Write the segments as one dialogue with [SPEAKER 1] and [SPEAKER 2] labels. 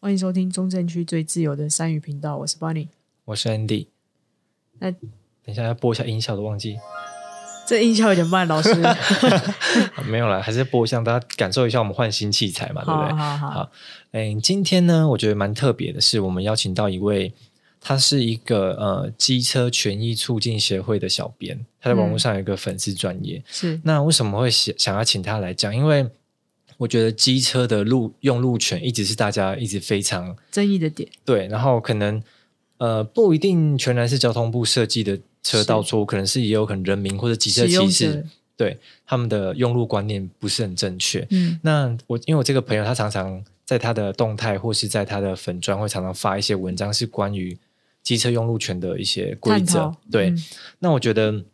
[SPEAKER 1] 欢迎收听中正区最自由的山语频道，我是 Bunny。
[SPEAKER 2] 我是 Andy。
[SPEAKER 1] 那
[SPEAKER 2] 等一下要播一下音效的，忘记、
[SPEAKER 1] 这音效有点慢，老师。
[SPEAKER 2] 啊没有啦，还是播一下，大家感受一下我们换新器材嘛，对不
[SPEAKER 1] 好啊
[SPEAKER 2] 对？
[SPEAKER 1] 好好，
[SPEAKER 2] 好，嗯，今天呢，我觉得蛮特别的是，我们邀请到一位，他是一个呃机车权益促进协会的小编，他在网络
[SPEAKER 1] 嗯
[SPEAKER 2] 上有一个粉丝专业。
[SPEAKER 1] 是
[SPEAKER 2] 那为什么会想想要请他来讲？因为我觉得机车的路用路权一直是大家一直非常
[SPEAKER 1] 争议的点，
[SPEAKER 2] 对，然后可能呃不一定全然是交通部设计的车道
[SPEAKER 1] 是
[SPEAKER 2] 错误，可能是也有可能人民或者机车
[SPEAKER 1] 使用
[SPEAKER 2] 骑
[SPEAKER 1] 者
[SPEAKER 2] 士，对他们的用路观念不是很正确。
[SPEAKER 1] 嗯
[SPEAKER 2] 那我因为我这个朋友，他常常在他的动态或是在他的粉砖会常常发一些文章，是关于机车用路权的一些规
[SPEAKER 1] 探
[SPEAKER 2] 则
[SPEAKER 1] 讨。
[SPEAKER 2] 对，
[SPEAKER 1] 嗯
[SPEAKER 2] 那我觉得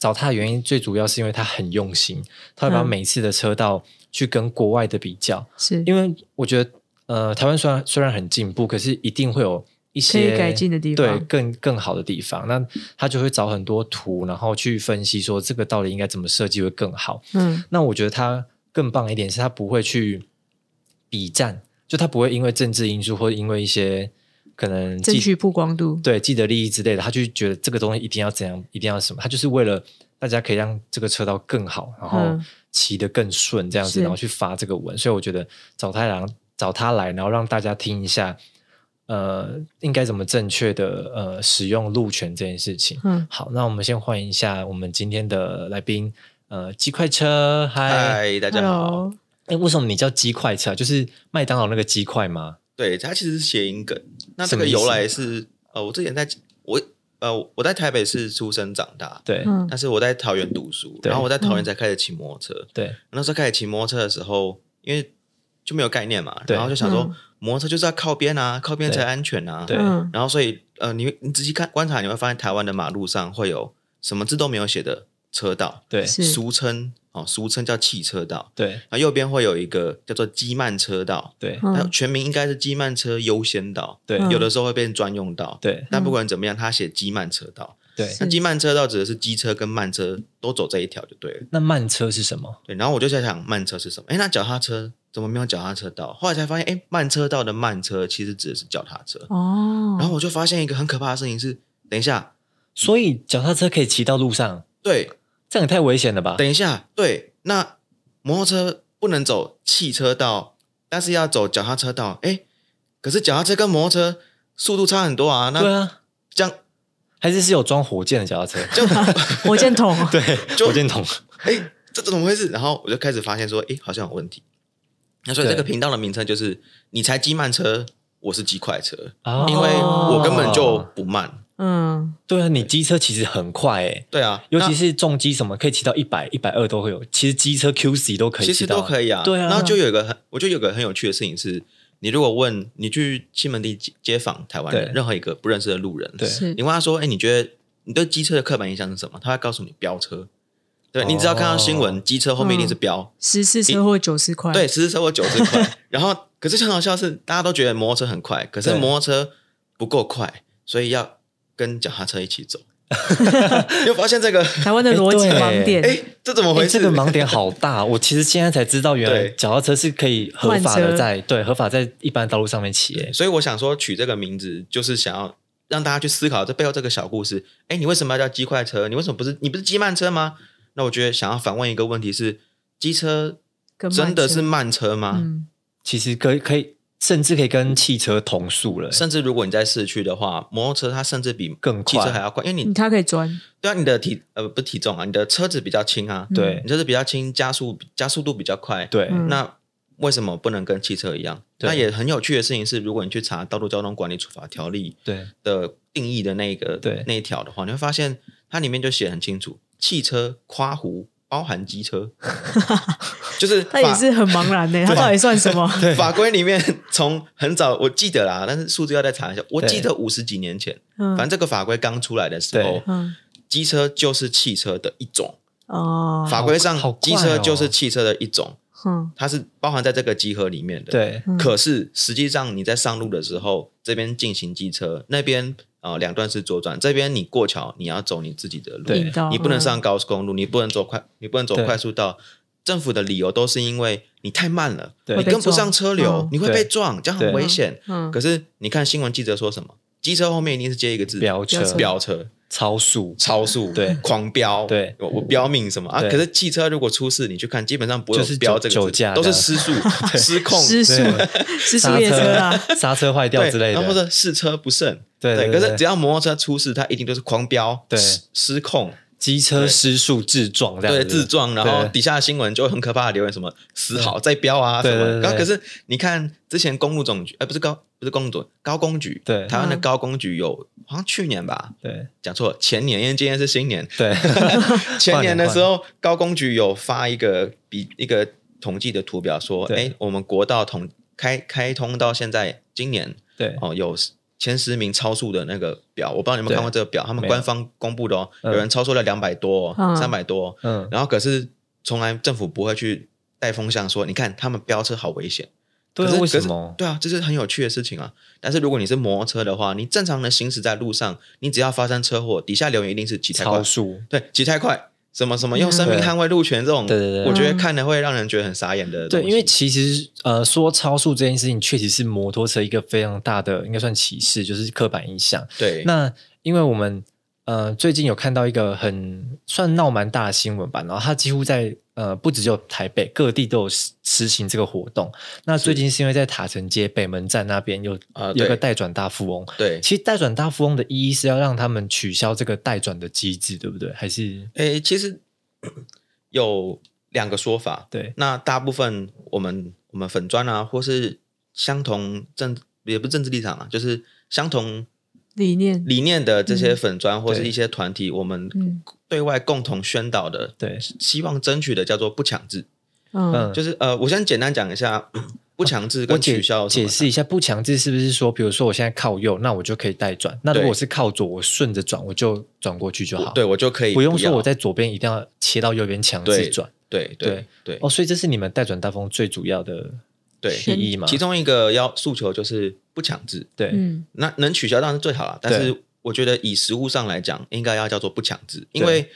[SPEAKER 2] 找他的原因最主要是因为他很用心，他会把
[SPEAKER 1] 嗯
[SPEAKER 2] 每次的车道去跟国外的比较，
[SPEAKER 1] 是
[SPEAKER 2] 因为我觉得，呃，台湾虽然虽然很进步，可是一定会有一些
[SPEAKER 1] 可以改进的地方
[SPEAKER 2] 对，更更好的地方。那他就会找很多图，然后去分析说这个到底应该怎么设计会更好。
[SPEAKER 1] 嗯
[SPEAKER 2] 那我觉得他更棒一点是，他不会去比战，就他不会因为政治因素或者因为一些可能
[SPEAKER 1] 争
[SPEAKER 2] 既
[SPEAKER 1] 取曝光度，
[SPEAKER 2] 对既得利益之类的，他就觉得这个东西一定要怎样，一定要什么，他就是为了大家可以让这个车道更好，然后
[SPEAKER 1] 嗯
[SPEAKER 2] 骑得更顺这样
[SPEAKER 1] 是
[SPEAKER 2] 子，然后去发这个文。所以我觉得找他来，找他来，然后让大家听一下，呃，应该怎么正确的呃使用路权这件事情。
[SPEAKER 1] 嗯，
[SPEAKER 2] 好，那我们先欢迎一下我们今天的来宾，呃，鸡快车，嗨，
[SPEAKER 3] 嗨，大
[SPEAKER 1] 大
[SPEAKER 3] 家好。
[SPEAKER 2] 哎，为什么你叫鸡快车啊？就是麦当劳那个鸡块吗？
[SPEAKER 3] 对，它其实是谐音梗。那
[SPEAKER 2] 什
[SPEAKER 3] 这
[SPEAKER 2] 么
[SPEAKER 3] 个
[SPEAKER 2] 意思啊
[SPEAKER 3] 由来是呃，我之前在我呃我在台北市出生长大，
[SPEAKER 2] 对、
[SPEAKER 1] 嗯
[SPEAKER 3] 但是我在桃园读书，
[SPEAKER 2] 对嗯
[SPEAKER 3] 然后我在桃园才开始骑摩托车。
[SPEAKER 2] 对，
[SPEAKER 3] 那时候开始骑摩托车的时候，因为就没有概念嘛，
[SPEAKER 2] 对
[SPEAKER 3] 然后就想说、
[SPEAKER 1] 嗯
[SPEAKER 3] 摩托车就是要靠边啊，靠边
[SPEAKER 2] 对
[SPEAKER 3] 才安全啊。
[SPEAKER 2] 对
[SPEAKER 1] 嗯
[SPEAKER 3] 然后所以呃，你你仔细看观察，你会发现台湾的马路上会有什么字都没有写的车道，
[SPEAKER 2] 对
[SPEAKER 1] 是
[SPEAKER 3] 俗称哦，俗称叫汽车道。
[SPEAKER 2] 对
[SPEAKER 3] 然后右边会有一个叫做机慢车道，
[SPEAKER 2] 对
[SPEAKER 1] 嗯
[SPEAKER 3] 它全名应该是机慢车优先道，
[SPEAKER 2] 对
[SPEAKER 1] 嗯
[SPEAKER 3] 有的时候会变专用道。
[SPEAKER 2] 对
[SPEAKER 3] 但不管怎么样，它写机慢车道。
[SPEAKER 2] 对。
[SPEAKER 3] 那机慢车道指的是机车跟慢车都走这一条就对了。
[SPEAKER 2] 那慢车是什么？
[SPEAKER 3] 对，然后我就在想慢车是什么？哎，那脚踏车怎么没有脚踏车道？后来才发现，哎，慢车道的慢车其实指的是脚踏车。
[SPEAKER 1] 哦，
[SPEAKER 3] 然后我就发现一个很可怕的事情是，等一下，
[SPEAKER 2] 所以脚踏车可以骑到路上，
[SPEAKER 3] 对，
[SPEAKER 2] 这样也太危险了吧？
[SPEAKER 3] 等一下，对，那摩托车不能走汽车道，但是要走脚踏车道。哎，可是脚踏车跟摩托车速度差很多啊。
[SPEAKER 2] 对
[SPEAKER 3] 那
[SPEAKER 2] 啊，
[SPEAKER 3] 这样
[SPEAKER 2] 还是是有装火箭的脚踏车，
[SPEAKER 3] 就
[SPEAKER 1] 火箭筒，
[SPEAKER 2] 对，
[SPEAKER 3] 就
[SPEAKER 2] 火箭筒，
[SPEAKER 3] 哎，这怎么回事？然后我就开始发现说，哎，好像有问题。那所以
[SPEAKER 2] 对
[SPEAKER 3] 这个频道的名称就是“你才机慢车，我是机快车
[SPEAKER 2] 哦”，
[SPEAKER 3] 因为我根本就不慢。
[SPEAKER 1] 嗯，
[SPEAKER 2] 对啊，你机车其实很快诶、
[SPEAKER 3] 对啊，
[SPEAKER 2] 尤其
[SPEAKER 3] 是
[SPEAKER 2] 是重机什么可以骑到一百、一百二都会有，其实机车 QC 都可以
[SPEAKER 3] 其实
[SPEAKER 2] 骑到，
[SPEAKER 3] 都可以啊。
[SPEAKER 2] 对啊
[SPEAKER 3] 然后就有一个很，我就有个很有趣的事情是，你如果问你去西门町街街访台湾
[SPEAKER 2] 对
[SPEAKER 3] 人任何一个不认识的路人，
[SPEAKER 2] 对
[SPEAKER 1] 是
[SPEAKER 3] 你问他说：“哎、你觉得你对机车的刻板印象是什么？”他会告诉你飙车。对，你只要看到新
[SPEAKER 2] 哦
[SPEAKER 3] 闻，机车后面一定是飙，
[SPEAKER 1] 十次车祸九十块，
[SPEAKER 3] 对，十四车或九十块。然后，可是很好笑的是，大家都觉得摩托车很快，可是
[SPEAKER 2] 对
[SPEAKER 3] 摩托车不够快，所以要跟脚踏车一起走。又发现这个，
[SPEAKER 1] 台湾的逻辑
[SPEAKER 2] 哎对
[SPEAKER 1] 盲点，
[SPEAKER 3] 哎，这怎么
[SPEAKER 2] 诶
[SPEAKER 3] 回
[SPEAKER 2] 这个
[SPEAKER 3] 事？
[SPEAKER 2] 盲点好 大，我其实现在才知道，原来
[SPEAKER 3] 对
[SPEAKER 2] 脚踏车是可以合法
[SPEAKER 1] 慢车
[SPEAKER 2] 的在对合法在一般道路上面骑、欸诶
[SPEAKER 3] 所以我想说，取这个名字就是想要让大家去思考这背后这个小故事。哎，你为什么要叫机快车？你为什么不是你不是机慢车吗？那我觉得想要反问一个问题是：机车
[SPEAKER 1] 跟慢
[SPEAKER 3] 真的
[SPEAKER 1] 车
[SPEAKER 3] 是慢车吗？
[SPEAKER 1] 嗯，
[SPEAKER 2] 其实可以可以，甚至可以跟汽车同速了、诶欸
[SPEAKER 3] 甚至如果你在市区的话，摩托车它甚至比
[SPEAKER 2] 更
[SPEAKER 3] 汽
[SPEAKER 2] 快
[SPEAKER 3] 车还要快，因为
[SPEAKER 1] 嗯
[SPEAKER 3] 你
[SPEAKER 1] 它可以钻，
[SPEAKER 3] 对啊，你的体呃不是体重啊，你的车子比较轻啊，
[SPEAKER 2] 对
[SPEAKER 3] 你车子比较轻，加速加速度比较快，。
[SPEAKER 2] 嗯对、
[SPEAKER 1] 嗯
[SPEAKER 3] 那为什么不能跟汽车一样？
[SPEAKER 2] 对
[SPEAKER 3] 那也很有趣的事情是，如果你去查《道路交通管理处罚条例》
[SPEAKER 2] 对
[SPEAKER 3] 的定义的那个
[SPEAKER 2] 对
[SPEAKER 3] 那一条的话，你会发现它里面就写很清楚，汽车夸胡包含 机车，就是
[SPEAKER 1] 他也
[SPEAKER 3] 法
[SPEAKER 1] 是很茫然欸呢，他到底算什么？
[SPEAKER 3] 法规里面从很早我记得啦，但是数字要再查一下。我
[SPEAKER 2] 对
[SPEAKER 3] 记得五十几年前，
[SPEAKER 1] 嗯
[SPEAKER 3] 反正这个法规刚出来的时候
[SPEAKER 2] 对，
[SPEAKER 1] 嗯
[SPEAKER 3] 机车就是汽车的一种，
[SPEAKER 1] 哦，
[SPEAKER 3] 法规上
[SPEAKER 2] 好快哦
[SPEAKER 3] 机车就是汽车的一种，
[SPEAKER 1] 嗯
[SPEAKER 3] 它是包含在这个集合里面的。。
[SPEAKER 2] 对
[SPEAKER 1] 嗯
[SPEAKER 3] 可是实际上你在上路的时候，这边进行机车，那边呃两段式左转，这边你过桥你要走你自己的路
[SPEAKER 2] 对，
[SPEAKER 1] 引导
[SPEAKER 3] 你不能
[SPEAKER 1] 嗯
[SPEAKER 3] 上高速公路，你不能走快，你不能走
[SPEAKER 2] 对
[SPEAKER 3] 快速道。政府的理由都是因为你太慢了，
[SPEAKER 2] 对
[SPEAKER 3] 你跟不
[SPEAKER 1] 会
[SPEAKER 3] 上
[SPEAKER 1] 被撞
[SPEAKER 3] 车流，
[SPEAKER 1] 嗯
[SPEAKER 3] 你会
[SPEAKER 2] 对
[SPEAKER 3] 被撞，这样很
[SPEAKER 2] 对
[SPEAKER 3] 危险。
[SPEAKER 1] 嗯，
[SPEAKER 3] 可是你看新闻记者说什么？机车后面一定是接一个字
[SPEAKER 2] 飙车
[SPEAKER 1] 飙车
[SPEAKER 3] 飙车、
[SPEAKER 2] 超速，
[SPEAKER 3] 超速、
[SPEAKER 2] 对
[SPEAKER 3] 狂飙，
[SPEAKER 2] 对
[SPEAKER 3] 我我飙命什么啊？
[SPEAKER 2] 对
[SPEAKER 3] 可是汽车如果出事，你去看，基本上不会有
[SPEAKER 2] 就是酒
[SPEAKER 3] 飙这个
[SPEAKER 2] 酒
[SPEAKER 3] 字
[SPEAKER 2] 驾
[SPEAKER 3] 都是
[SPEAKER 2] 的
[SPEAKER 3] 失速、失控、
[SPEAKER 1] 失速 失速
[SPEAKER 2] 刹
[SPEAKER 1] 列车啊，
[SPEAKER 2] 车 刹车坏掉
[SPEAKER 3] 对，
[SPEAKER 2] 之类
[SPEAKER 3] 然
[SPEAKER 2] 的
[SPEAKER 3] 后，或者试车不慎，
[SPEAKER 2] 对对对
[SPEAKER 3] 可是只要摩托车出事，它一定都是狂飙、
[SPEAKER 2] 对
[SPEAKER 3] 失失控、
[SPEAKER 2] 机车失速自撞这样
[SPEAKER 3] 对
[SPEAKER 2] 子，
[SPEAKER 3] 自撞，然后
[SPEAKER 2] 对
[SPEAKER 3] 底下的新闻就会很可怕的留言什么死好再飙啊什
[SPEAKER 2] 对
[SPEAKER 3] 么
[SPEAKER 2] 对对
[SPEAKER 3] 的。然后
[SPEAKER 2] 对
[SPEAKER 3] 可是你看之前公路总局，呃，不是高不是公路总高工局，
[SPEAKER 2] 对
[SPEAKER 3] 台湾的
[SPEAKER 1] 嗯
[SPEAKER 3] 高工局有好像去年吧，
[SPEAKER 2] 对
[SPEAKER 3] 讲错了前年，因为今天是新年，
[SPEAKER 2] 对
[SPEAKER 3] 前年的时候，高工局有发一个比一个统计的图表，说，
[SPEAKER 2] 对
[SPEAKER 3] 哎，我们国道统开开通到现在今年
[SPEAKER 2] 对
[SPEAKER 3] 哦，有前十名超速的那个表，我不知道你们有没有看过这个表，他们
[SPEAKER 2] 没有
[SPEAKER 3] 官方公布的哦，
[SPEAKER 2] 嗯
[SPEAKER 3] 有人超速了两百多、
[SPEAKER 1] 嗯
[SPEAKER 3] 三百多，
[SPEAKER 2] 嗯
[SPEAKER 3] 然后可是从来政府不会去带风向说，你看他们飙车好危险。
[SPEAKER 2] 对
[SPEAKER 3] 可是
[SPEAKER 2] 为
[SPEAKER 3] 可
[SPEAKER 2] 什
[SPEAKER 3] 是
[SPEAKER 2] 么
[SPEAKER 3] 对啊，这是很有趣的事情啊。但是如果你是摩托车的话，你正常的行驶在路上，你只要发生车祸，底下留言一定是骑太快
[SPEAKER 2] 超，速？
[SPEAKER 3] 对，骑太快，什么什么用生命
[SPEAKER 2] 对
[SPEAKER 3] 捍卫路权这种，
[SPEAKER 2] 嗯对对对
[SPEAKER 3] 我觉得看了会让人觉得很傻眼的东
[SPEAKER 2] 对，
[SPEAKER 3] 西。
[SPEAKER 2] 因为其实呃，说超速这件事情确实是摩托车一个非常大的，应该算歧视，就是刻板印象。
[SPEAKER 3] 对
[SPEAKER 2] 那因为我们呃最近有看到一个很算闹蛮大的新闻吧，然后它几乎在呃不只有台北，各地都有实实行这个活动。那最近是因为在塔城街北门站那边有、
[SPEAKER 3] 啊
[SPEAKER 2] 有
[SPEAKER 3] 对
[SPEAKER 2] 个代转大富翁，
[SPEAKER 3] 对，
[SPEAKER 2] 其实代转大富翁的意义是要让他们取消这个代转的机制，对不对？还是
[SPEAKER 3] 诶，其实有两个说法，
[SPEAKER 2] 对
[SPEAKER 3] 那大部分我们我们粉砖啊，或是相同政也不是政治立场啊，就是相同
[SPEAKER 1] 理念
[SPEAKER 3] 理念的这些粉砖或是
[SPEAKER 2] 嗯对
[SPEAKER 3] 一些团体，我们
[SPEAKER 1] 嗯
[SPEAKER 3] 对外共同宣导的，
[SPEAKER 2] 对
[SPEAKER 3] 希望争取的叫做不强制。
[SPEAKER 1] 嗯
[SPEAKER 2] 嗯
[SPEAKER 3] 就是呃，我先简单讲一下 不强制
[SPEAKER 2] 我
[SPEAKER 3] 跟
[SPEAKER 2] 解
[SPEAKER 3] 取消有什么
[SPEAKER 2] 解释一下，不强制是不是说，比如说我现在靠右，那我就可以带转；那如
[SPEAKER 3] 对
[SPEAKER 2] 果我是靠左，我顺着转，我就转过去就好。
[SPEAKER 3] 对，我就可以
[SPEAKER 2] 不用说
[SPEAKER 3] 要
[SPEAKER 2] 我在左边一定要切到右边强
[SPEAKER 3] 对
[SPEAKER 2] 制转。
[SPEAKER 3] 对对对
[SPEAKER 2] 哦，所以这是你们带转大风最主要的
[SPEAKER 3] 对，
[SPEAKER 2] 意义嘛？
[SPEAKER 3] 其中一个要诉求就是不强制，
[SPEAKER 2] 对、
[SPEAKER 1] 嗯
[SPEAKER 3] 那能取消当然是最好了，但
[SPEAKER 2] 对
[SPEAKER 3] 是我觉得以实物上来讲，应该要叫做不强制，因
[SPEAKER 2] 对
[SPEAKER 3] 为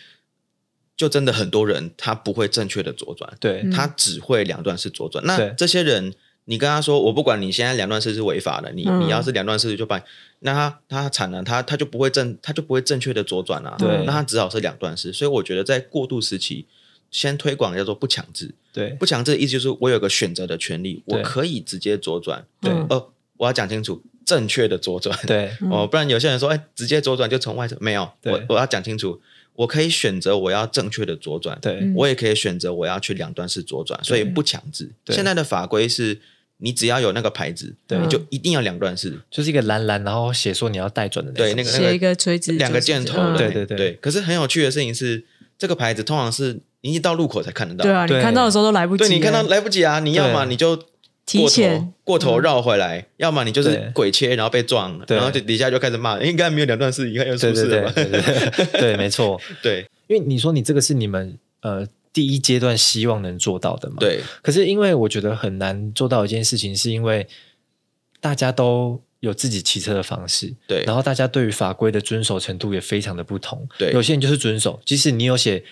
[SPEAKER 3] 就真的很多人他不会正确的左转，
[SPEAKER 2] 对
[SPEAKER 1] 嗯
[SPEAKER 3] 他只会两段式左转。那
[SPEAKER 2] 对
[SPEAKER 3] 这些人，你跟他说我不管你现在两段式是违法的，你
[SPEAKER 1] 嗯
[SPEAKER 3] 你要是两段式就把你，那他他惨了，他他就不会正他就不会正确的左转啊，
[SPEAKER 2] 对
[SPEAKER 3] 那他只好是两段式。所以我觉得在过渡时期，先推广叫做不强制，
[SPEAKER 2] 对
[SPEAKER 3] 不强制的意思就是我有个选择的权利，我
[SPEAKER 2] 对
[SPEAKER 3] 可以直接左转，
[SPEAKER 2] 对
[SPEAKER 1] 嗯
[SPEAKER 3] 呃，我要讲清楚，正确的 左转。
[SPEAKER 2] 对
[SPEAKER 1] 嗯
[SPEAKER 3] 哦，不然有些人说，哎，直接左转就从外侧，没有，
[SPEAKER 2] 对
[SPEAKER 3] 我我要讲清楚，我可以选择我要正确的左转，
[SPEAKER 2] 对
[SPEAKER 1] 嗯
[SPEAKER 3] 我也可以选择我要去两端式左转，所以不强制。
[SPEAKER 2] 对
[SPEAKER 3] 现在的法规是，你只要有那个牌子，
[SPEAKER 2] 对
[SPEAKER 3] 你就一定要两段式，
[SPEAKER 2] 就是一个蓝蓝，然后写说你要带转的
[SPEAKER 3] 对
[SPEAKER 2] 那
[SPEAKER 3] 那个
[SPEAKER 2] 种
[SPEAKER 3] 那个
[SPEAKER 1] 写一个垂直
[SPEAKER 3] 两个
[SPEAKER 1] 九十
[SPEAKER 3] 箭头
[SPEAKER 1] 嗯
[SPEAKER 3] 的，
[SPEAKER 2] 对
[SPEAKER 3] 对
[SPEAKER 2] 对对
[SPEAKER 3] 可是很有趣的事情是，这个牌子通常是你一到路口才看得到，
[SPEAKER 1] 对啊，你
[SPEAKER 2] 对
[SPEAKER 1] 看到的时候都来不及
[SPEAKER 3] 对
[SPEAKER 1] 了，
[SPEAKER 3] 你看到来不及啊，你要么
[SPEAKER 2] 对
[SPEAKER 3] 你就。
[SPEAKER 1] 提前嗯
[SPEAKER 3] 过头过头绕回来，要么你就是
[SPEAKER 2] 对
[SPEAKER 3] 鬼切，然后被撞，
[SPEAKER 2] 对
[SPEAKER 3] 然后就底下就开始骂，应该没有两段式，应该又出
[SPEAKER 2] 对
[SPEAKER 3] 事
[SPEAKER 2] 对
[SPEAKER 3] 了
[SPEAKER 2] 对
[SPEAKER 3] 吧？
[SPEAKER 2] 对对对对，没 错。
[SPEAKER 3] 对
[SPEAKER 2] 因为你说你这个是你们呃第一阶段希望能做到的嘛？。
[SPEAKER 3] 对
[SPEAKER 2] 可是因为我觉得很难做到一件事情，是因为大家都有自己骑车的方式，
[SPEAKER 3] 对
[SPEAKER 2] 然后大家对于法规的遵守程度也非常的不同，
[SPEAKER 3] 对
[SPEAKER 2] 有些人就是遵守，即使你有写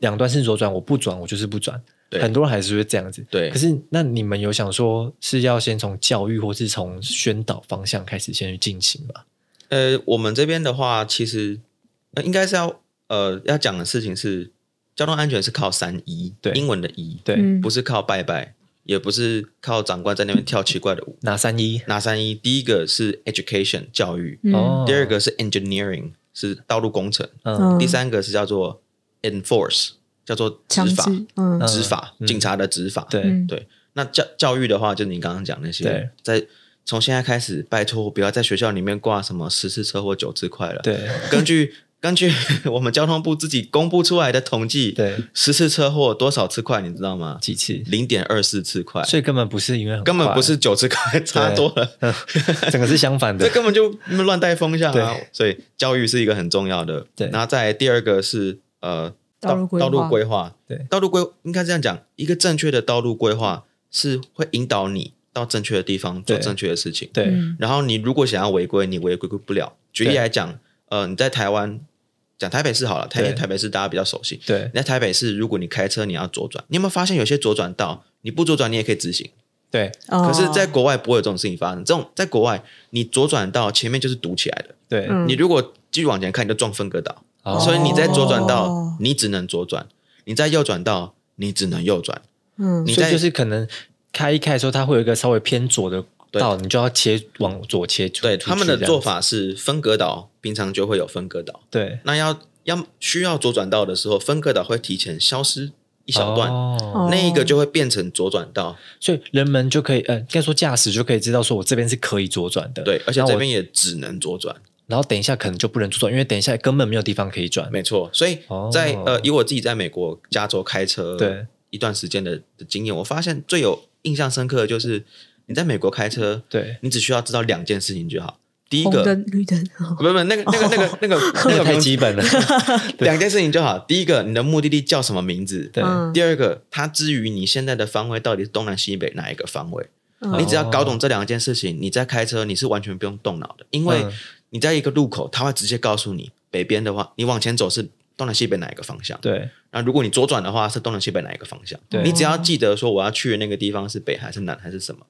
[SPEAKER 2] 两段式左转，我不转，我就是不转，
[SPEAKER 3] 对
[SPEAKER 2] 很多人还是会这样子，
[SPEAKER 3] 对
[SPEAKER 2] 可是那你们有想说是要先从教育或是从宣导方向开始先去进行吗？
[SPEAKER 3] 呃，我们这边的话，其实、呃、应该是要呃要讲的事情是，交通安全是靠三一，
[SPEAKER 2] 对
[SPEAKER 3] 英文的一，
[SPEAKER 2] 对，
[SPEAKER 1] 嗯
[SPEAKER 3] 不是靠拜拜，也不是靠长官在那边跳奇怪的舞。
[SPEAKER 2] 拿三一
[SPEAKER 3] 哪三一？第一个是 education 教育，
[SPEAKER 1] 嗯
[SPEAKER 2] 哦，
[SPEAKER 3] 第二个是 engineering 是道路工程，
[SPEAKER 2] 嗯
[SPEAKER 1] 嗯
[SPEAKER 3] 第三个是叫做 enforce 叫做执
[SPEAKER 1] 强
[SPEAKER 3] 法，
[SPEAKER 1] 制嗯
[SPEAKER 2] 嗯
[SPEAKER 3] 执法、
[SPEAKER 2] 嗯
[SPEAKER 3] 警察的执法。
[SPEAKER 2] 对
[SPEAKER 1] 嗯
[SPEAKER 3] 对，那教教育的话，就是你刚刚讲那些
[SPEAKER 2] 对，
[SPEAKER 3] 在从现在开始，拜托不要在学校里面挂什么十次车祸九次快了。，
[SPEAKER 2] 对
[SPEAKER 3] 根据 根据我们交通部自己公布出来的统计，
[SPEAKER 2] 对
[SPEAKER 3] 十次车祸多少次快，你知道吗？
[SPEAKER 2] 几次，
[SPEAKER 3] 零点二四次快，
[SPEAKER 2] 所以根本不是因为很
[SPEAKER 3] 根本
[SPEAKER 2] 快
[SPEAKER 3] 不是九次快，差多了。
[SPEAKER 2] 整个是相反 的
[SPEAKER 3] 这，根本就乱带风向啊
[SPEAKER 2] 对！
[SPEAKER 3] 所以教育是一个很重要的。
[SPEAKER 2] 对
[SPEAKER 3] 然后再来第二个是呃
[SPEAKER 1] 道路规划
[SPEAKER 3] 道路规划，
[SPEAKER 2] 对
[SPEAKER 3] 道路规应该这样讲，一个正确的道路规划是会引导你到正确的地方做
[SPEAKER 2] 对
[SPEAKER 3] 正确的事情。
[SPEAKER 2] 对
[SPEAKER 1] 嗯
[SPEAKER 3] 然后你如果想要违规，你违规不了。举例
[SPEAKER 2] 对
[SPEAKER 3] 来讲，呃，你在台湾讲台北市好了，台
[SPEAKER 2] 对
[SPEAKER 3] 因为台北市大家比较熟悉。
[SPEAKER 2] 对
[SPEAKER 3] 你在台北市，如果你开车你要左转，你有没有发现有些左转道你不左转你也可以直行？
[SPEAKER 2] 对
[SPEAKER 3] 可
[SPEAKER 1] 可
[SPEAKER 3] 是，在国外不会有这种事情发生。这种在国外，你左转道前面就是堵起来的，
[SPEAKER 2] 对，
[SPEAKER 1] 嗯
[SPEAKER 3] 你如果继续往前看，你就撞分隔岛。
[SPEAKER 2] 哦
[SPEAKER 3] 所以你在左转道
[SPEAKER 1] 哦，
[SPEAKER 3] 你只能左转；你在右转道，你只能右转。
[SPEAKER 1] 嗯
[SPEAKER 3] 你
[SPEAKER 2] 所以
[SPEAKER 3] 在
[SPEAKER 2] 就是可能开一开的时候，它会有一个稍微偏左的
[SPEAKER 3] 对
[SPEAKER 2] 道，你就要切往左切出。
[SPEAKER 3] 对，
[SPEAKER 2] 出去
[SPEAKER 3] 他们的
[SPEAKER 2] 这样
[SPEAKER 3] 做
[SPEAKER 2] 子，
[SPEAKER 3] 法是分隔岛，平常就会有分隔岛。
[SPEAKER 2] 对，
[SPEAKER 3] 那要要需要左转道的时候，分隔岛会提前消失一
[SPEAKER 2] 一
[SPEAKER 3] 小段，
[SPEAKER 2] 哦、
[SPEAKER 3] 那一个就会变成左转道。
[SPEAKER 2] 所以人们就可以，呃，应该说驾驶就可以知道，说我这边是可以左转的。
[SPEAKER 3] 对，而且
[SPEAKER 2] 那我
[SPEAKER 3] 这边也只能左转。
[SPEAKER 2] 然后等一下可能就不能左转，因为等一下根本没有地方可以转。
[SPEAKER 3] 没错，所以
[SPEAKER 2] 哦
[SPEAKER 3] 在、呃，以我自己在美国加州开车
[SPEAKER 2] 对
[SPEAKER 3] 一段时间的的经验，我发现最有印象深刻的就是你在美国开车，
[SPEAKER 2] 对，
[SPEAKER 3] 你只需要知道两件事情就好。第一
[SPEAKER 1] 红
[SPEAKER 3] 个，
[SPEAKER 1] 灯绿灯，哦
[SPEAKER 3] 不不，那个那个那个那个
[SPEAKER 2] 那
[SPEAKER 3] 那
[SPEAKER 2] 个
[SPEAKER 3] 个
[SPEAKER 2] 太基本了。
[SPEAKER 3] 本，两件事情就好。第一个，你的目的地叫什么名字？
[SPEAKER 2] 对，
[SPEAKER 1] 嗯
[SPEAKER 3] 第二个，它至于你现在的方位到底是东南西北哪一个方位？
[SPEAKER 1] 嗯
[SPEAKER 3] 你只要搞懂这两件事情，你在开车你是完全不用动脑的，因为
[SPEAKER 2] 嗯
[SPEAKER 3] 你在一个路口，它会直接告诉你北边的话，你往前走是东南西北哪一个方向。
[SPEAKER 2] 对，
[SPEAKER 3] 那如果你左转的话，是东南西北哪一个方向？
[SPEAKER 2] 对
[SPEAKER 3] 你只要记得说我要去的那个地方是北还是南还是什么，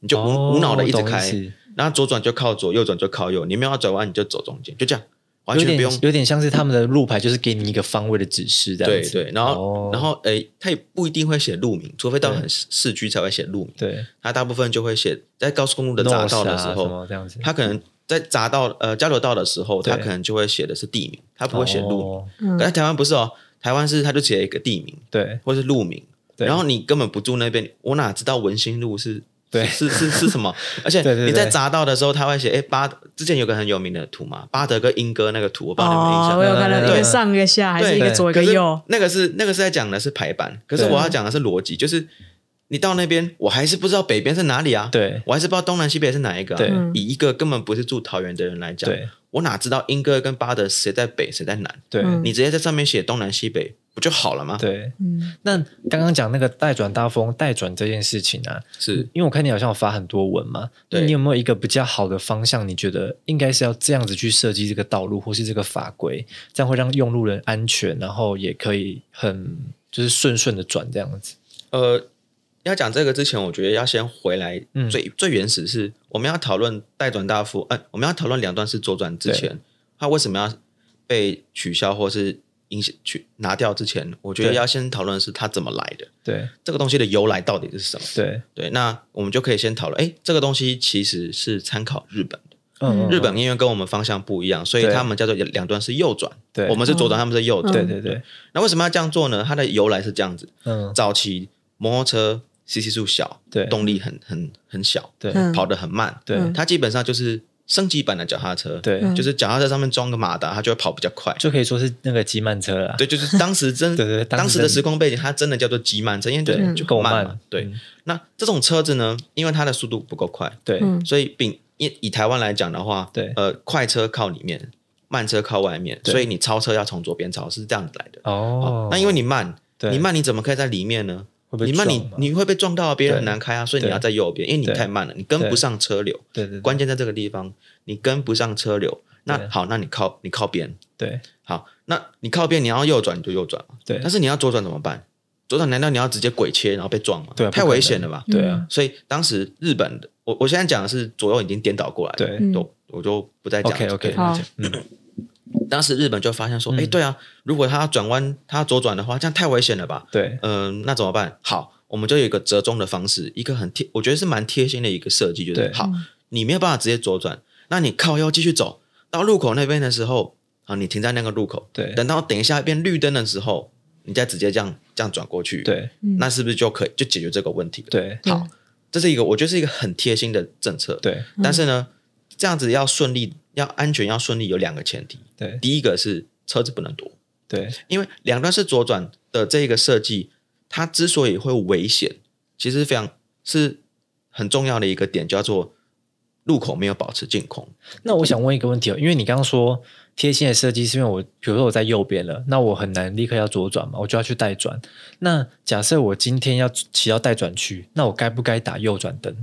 [SPEAKER 3] 你就无、无脑的一直
[SPEAKER 2] 哦
[SPEAKER 3] 开，
[SPEAKER 2] 懂意思
[SPEAKER 3] 然后左转就靠左，右转就靠右，你没有要转弯你就走中间，就这样，完
[SPEAKER 2] 有
[SPEAKER 3] 全不用
[SPEAKER 2] 点有点像是他们的路牌，就是给你一个方位的指示，这
[SPEAKER 3] 对
[SPEAKER 2] 样子。
[SPEAKER 3] 对，然后、
[SPEAKER 2] 哦
[SPEAKER 3] 然后诶，它也不一定会写路名，除非到
[SPEAKER 2] 对
[SPEAKER 3] 很市市区才会写路名，
[SPEAKER 2] 对，
[SPEAKER 3] 它大部分就会写在高速公路的匝道的时
[SPEAKER 2] Nose 啊什
[SPEAKER 3] 候，
[SPEAKER 2] 么这样子，
[SPEAKER 3] 它可能在匝道呃交流道的时候，它
[SPEAKER 2] 对
[SPEAKER 3] 可能就会写的是地名，它不会写路名。
[SPEAKER 2] 哦
[SPEAKER 1] 嗯
[SPEAKER 3] 可是台湾不是哦，台湾是它就写一个地名
[SPEAKER 2] 对
[SPEAKER 3] 或是路名，
[SPEAKER 2] 对
[SPEAKER 3] 然后你根本不住那边，我哪知道文心路是？
[SPEAKER 2] 对
[SPEAKER 3] 是是是 什么？而且
[SPEAKER 2] 对对对
[SPEAKER 3] 你在匝道的时候，他会写哎巴，之前有个很有名的图嘛，巴德跟英哥那个图，我不知道你有没有印
[SPEAKER 1] 哦，
[SPEAKER 3] 象
[SPEAKER 1] 我。有看到
[SPEAKER 2] 对
[SPEAKER 1] 一
[SPEAKER 2] 对
[SPEAKER 1] 个上一个下，还是
[SPEAKER 3] 对
[SPEAKER 1] 一个左一
[SPEAKER 3] 可
[SPEAKER 1] 个
[SPEAKER 3] 是
[SPEAKER 1] 右，
[SPEAKER 3] 那个是那个是在讲的是排版，可是
[SPEAKER 2] 对
[SPEAKER 3] 我要讲的是逻辑，就是你到那边，我还是不知道北边是哪里啊，
[SPEAKER 2] 对
[SPEAKER 3] 我还是不知道东南西北是哪一个、啊。
[SPEAKER 2] 对
[SPEAKER 1] 嗯
[SPEAKER 3] 以一个根本不是住桃园的人来讲，
[SPEAKER 2] 对
[SPEAKER 3] 我哪知道英哥跟巴德谁在北谁在南？
[SPEAKER 2] 对
[SPEAKER 1] 嗯
[SPEAKER 3] 你直接在上面写东南西北不就好了吗？，
[SPEAKER 2] 对。
[SPEAKER 1] 嗯，
[SPEAKER 2] 那刚刚讲那个带转大风带转这件事情啊，
[SPEAKER 3] 是
[SPEAKER 2] 因为我看你好像有发很多文嘛，那
[SPEAKER 3] 对
[SPEAKER 2] 你有没有一个比较好的方向？你觉得应该是要这样子去设计这个道路或是这个法规，这样会让用路人安全，然后也可以很就是顺顺的转这样子。
[SPEAKER 3] 呃。要讲这个之前，我觉得要先回来
[SPEAKER 2] 嗯
[SPEAKER 3] 最、最原始是我们要讨论带转大夫，呃，我们要讨论两段式左转之
[SPEAKER 2] 对
[SPEAKER 3] 前，它为什么要被取消或是影响去拿掉之前，我觉得
[SPEAKER 2] 对
[SPEAKER 3] 要先讨论的是它怎么来的，
[SPEAKER 2] 对
[SPEAKER 3] 这个东西的由来到底是什么？
[SPEAKER 2] 对，
[SPEAKER 3] 对，那我们就可以先讨论，哎，这个东西其实是参考日本的，
[SPEAKER 2] 嗯，
[SPEAKER 3] 日本因为跟我们方向不一样，所以
[SPEAKER 2] 对
[SPEAKER 3] 他们叫做两端是右转，
[SPEAKER 2] 对
[SPEAKER 3] 我们是左转，
[SPEAKER 1] 嗯
[SPEAKER 3] 他们是右转，
[SPEAKER 2] 对对对，
[SPEAKER 3] 那为什么要这样做呢？它的由来是这样子：
[SPEAKER 2] 嗯
[SPEAKER 3] 早期摩托车 CC 数小，
[SPEAKER 2] 对
[SPEAKER 3] 动力很很很小，
[SPEAKER 2] 对
[SPEAKER 1] 嗯
[SPEAKER 3] 跑得很慢，
[SPEAKER 2] 对
[SPEAKER 1] 嗯
[SPEAKER 3] 它基本上就是升级版的脚踏车，，
[SPEAKER 2] 对，
[SPEAKER 1] 嗯
[SPEAKER 3] 就是脚踏车上面装个马达，它就会跑比较快。
[SPEAKER 2] 就可以说是那个机慢车了。
[SPEAKER 3] 对，就是当时 真
[SPEAKER 2] 对对对当时
[SPEAKER 3] 当时的
[SPEAKER 2] 真的
[SPEAKER 3] 时空背景，它真的叫做极慢车，因为
[SPEAKER 2] 对
[SPEAKER 3] 就
[SPEAKER 1] 嗯
[SPEAKER 3] 就
[SPEAKER 2] 够
[SPEAKER 3] 很慢
[SPEAKER 2] 慢
[SPEAKER 3] 嘛。，对，
[SPEAKER 2] 嗯
[SPEAKER 3] 那这种车子呢，因为它的速度不够快，
[SPEAKER 2] 对
[SPEAKER 1] 嗯
[SPEAKER 3] 所以并以以台湾来讲的话，
[SPEAKER 2] 对
[SPEAKER 3] 呃，快车靠里面，慢车靠外面，
[SPEAKER 2] 对
[SPEAKER 3] 所以你超车要从左边超，是这样子来的。
[SPEAKER 2] 哦
[SPEAKER 3] 好，那因为你慢，
[SPEAKER 2] 对
[SPEAKER 3] 你慢，你怎么可以在里面呢？
[SPEAKER 2] 会被
[SPEAKER 3] 你慢
[SPEAKER 2] 撞
[SPEAKER 3] 你
[SPEAKER 2] 嘛
[SPEAKER 3] 你会被撞到啊，别人
[SPEAKER 2] 对
[SPEAKER 3] 很难开啊，所以你
[SPEAKER 2] 对
[SPEAKER 3] 要在右边，因为你
[SPEAKER 2] 对
[SPEAKER 3] 太慢了，你跟不上车流。
[SPEAKER 2] 对对
[SPEAKER 3] 关键在这个地方，你跟不上车流。
[SPEAKER 2] 对
[SPEAKER 3] 那好，那你靠你靠边，
[SPEAKER 2] 对
[SPEAKER 3] 好，那你靠边，你要右转你就右转嘛，
[SPEAKER 2] 对
[SPEAKER 3] 但是你要左转怎么办？左转难道你要直接鬼切然后被撞吗？
[SPEAKER 2] 对啊
[SPEAKER 3] 太
[SPEAKER 2] 不可
[SPEAKER 3] 危
[SPEAKER 2] 能
[SPEAKER 3] 险了吧？
[SPEAKER 2] 对
[SPEAKER 1] 嗯
[SPEAKER 2] 啊
[SPEAKER 3] 所以当时日本的，我我现在讲的是左右已经颠倒过来了，
[SPEAKER 2] 对
[SPEAKER 1] 嗯
[SPEAKER 3] 都我就不再讲
[SPEAKER 2] ，OK
[SPEAKER 3] 了。
[SPEAKER 2] OK，
[SPEAKER 3] 对嗯
[SPEAKER 1] 好
[SPEAKER 3] 当时日本就发现说，
[SPEAKER 2] 嗯
[SPEAKER 3] 哎、对啊，如果他要转弯，他要左转的话，这样太危险了吧？
[SPEAKER 2] 对
[SPEAKER 3] 嗯、那怎么办？好，我们就有一个折中的方式，一个很贴，我觉得是蛮贴心的一个设计，就
[SPEAKER 2] 对
[SPEAKER 3] 是好，
[SPEAKER 1] 嗯
[SPEAKER 3] 你没有办法直接左转，那你靠腰继续走到路口那边的时候，啊，你停在那个路口，
[SPEAKER 2] 对
[SPEAKER 3] 等到等一下变绿灯的时候，你再直接这样这样转过去，，
[SPEAKER 2] 对
[SPEAKER 1] 嗯
[SPEAKER 3] 那是不是就可以就解决这个问题了？
[SPEAKER 2] 对
[SPEAKER 3] 好，这是一个我觉得是一个很贴心的政策。
[SPEAKER 2] 对
[SPEAKER 3] 但是呢，这样子要顺利、要安全、要顺利，有两个前提。
[SPEAKER 2] 对
[SPEAKER 3] 第一个是车子不能多，
[SPEAKER 2] 对
[SPEAKER 3] 因为两段式左转的这个设计，它之所以会危险，其实非常是很重要的一个点，叫做路口没有保持净空。
[SPEAKER 2] 那我想问一个问题哦，因为你刚刚说贴心的设计，是因为我比如说我在右边了，那我很难立刻要左转嘛，我就要去带转。那假设我今天要骑到带转区，那我该不该打右转灯？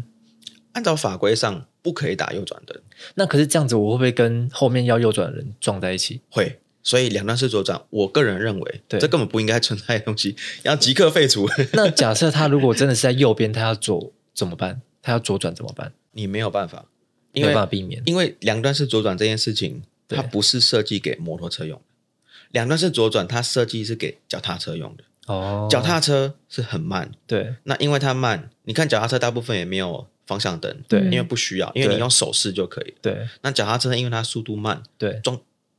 [SPEAKER 3] 按照法规上，不可以打右转灯，
[SPEAKER 2] 那可是这样子，我会不会跟后面要右转的人撞在一起？
[SPEAKER 3] 会所以两段式左转，我个人认为，
[SPEAKER 2] 对
[SPEAKER 3] 这根本不应该存在的 东西，要即刻废除。
[SPEAKER 2] 那假设他如果真的是在右边，他要左怎么办？他要左转怎么办？
[SPEAKER 3] 你没有办法，
[SPEAKER 2] 没
[SPEAKER 3] 因
[SPEAKER 2] 有
[SPEAKER 3] 为
[SPEAKER 2] 办法避免。
[SPEAKER 3] 因为两段式左转这件事情，
[SPEAKER 2] 对
[SPEAKER 3] 它不是设计给摩托车用的，两段式左转它设计是给脚踏车用的。
[SPEAKER 2] 哦，
[SPEAKER 3] 脚踏车是很慢，
[SPEAKER 2] 对
[SPEAKER 3] 那因为它慢，你看脚踏车大部分也没有方向灯，
[SPEAKER 2] 对
[SPEAKER 1] 嗯
[SPEAKER 3] 因为不需要，因为
[SPEAKER 2] 对
[SPEAKER 3] 你用手势就可以了。
[SPEAKER 2] 对
[SPEAKER 3] 那脚踏车因为它速度慢，
[SPEAKER 2] 对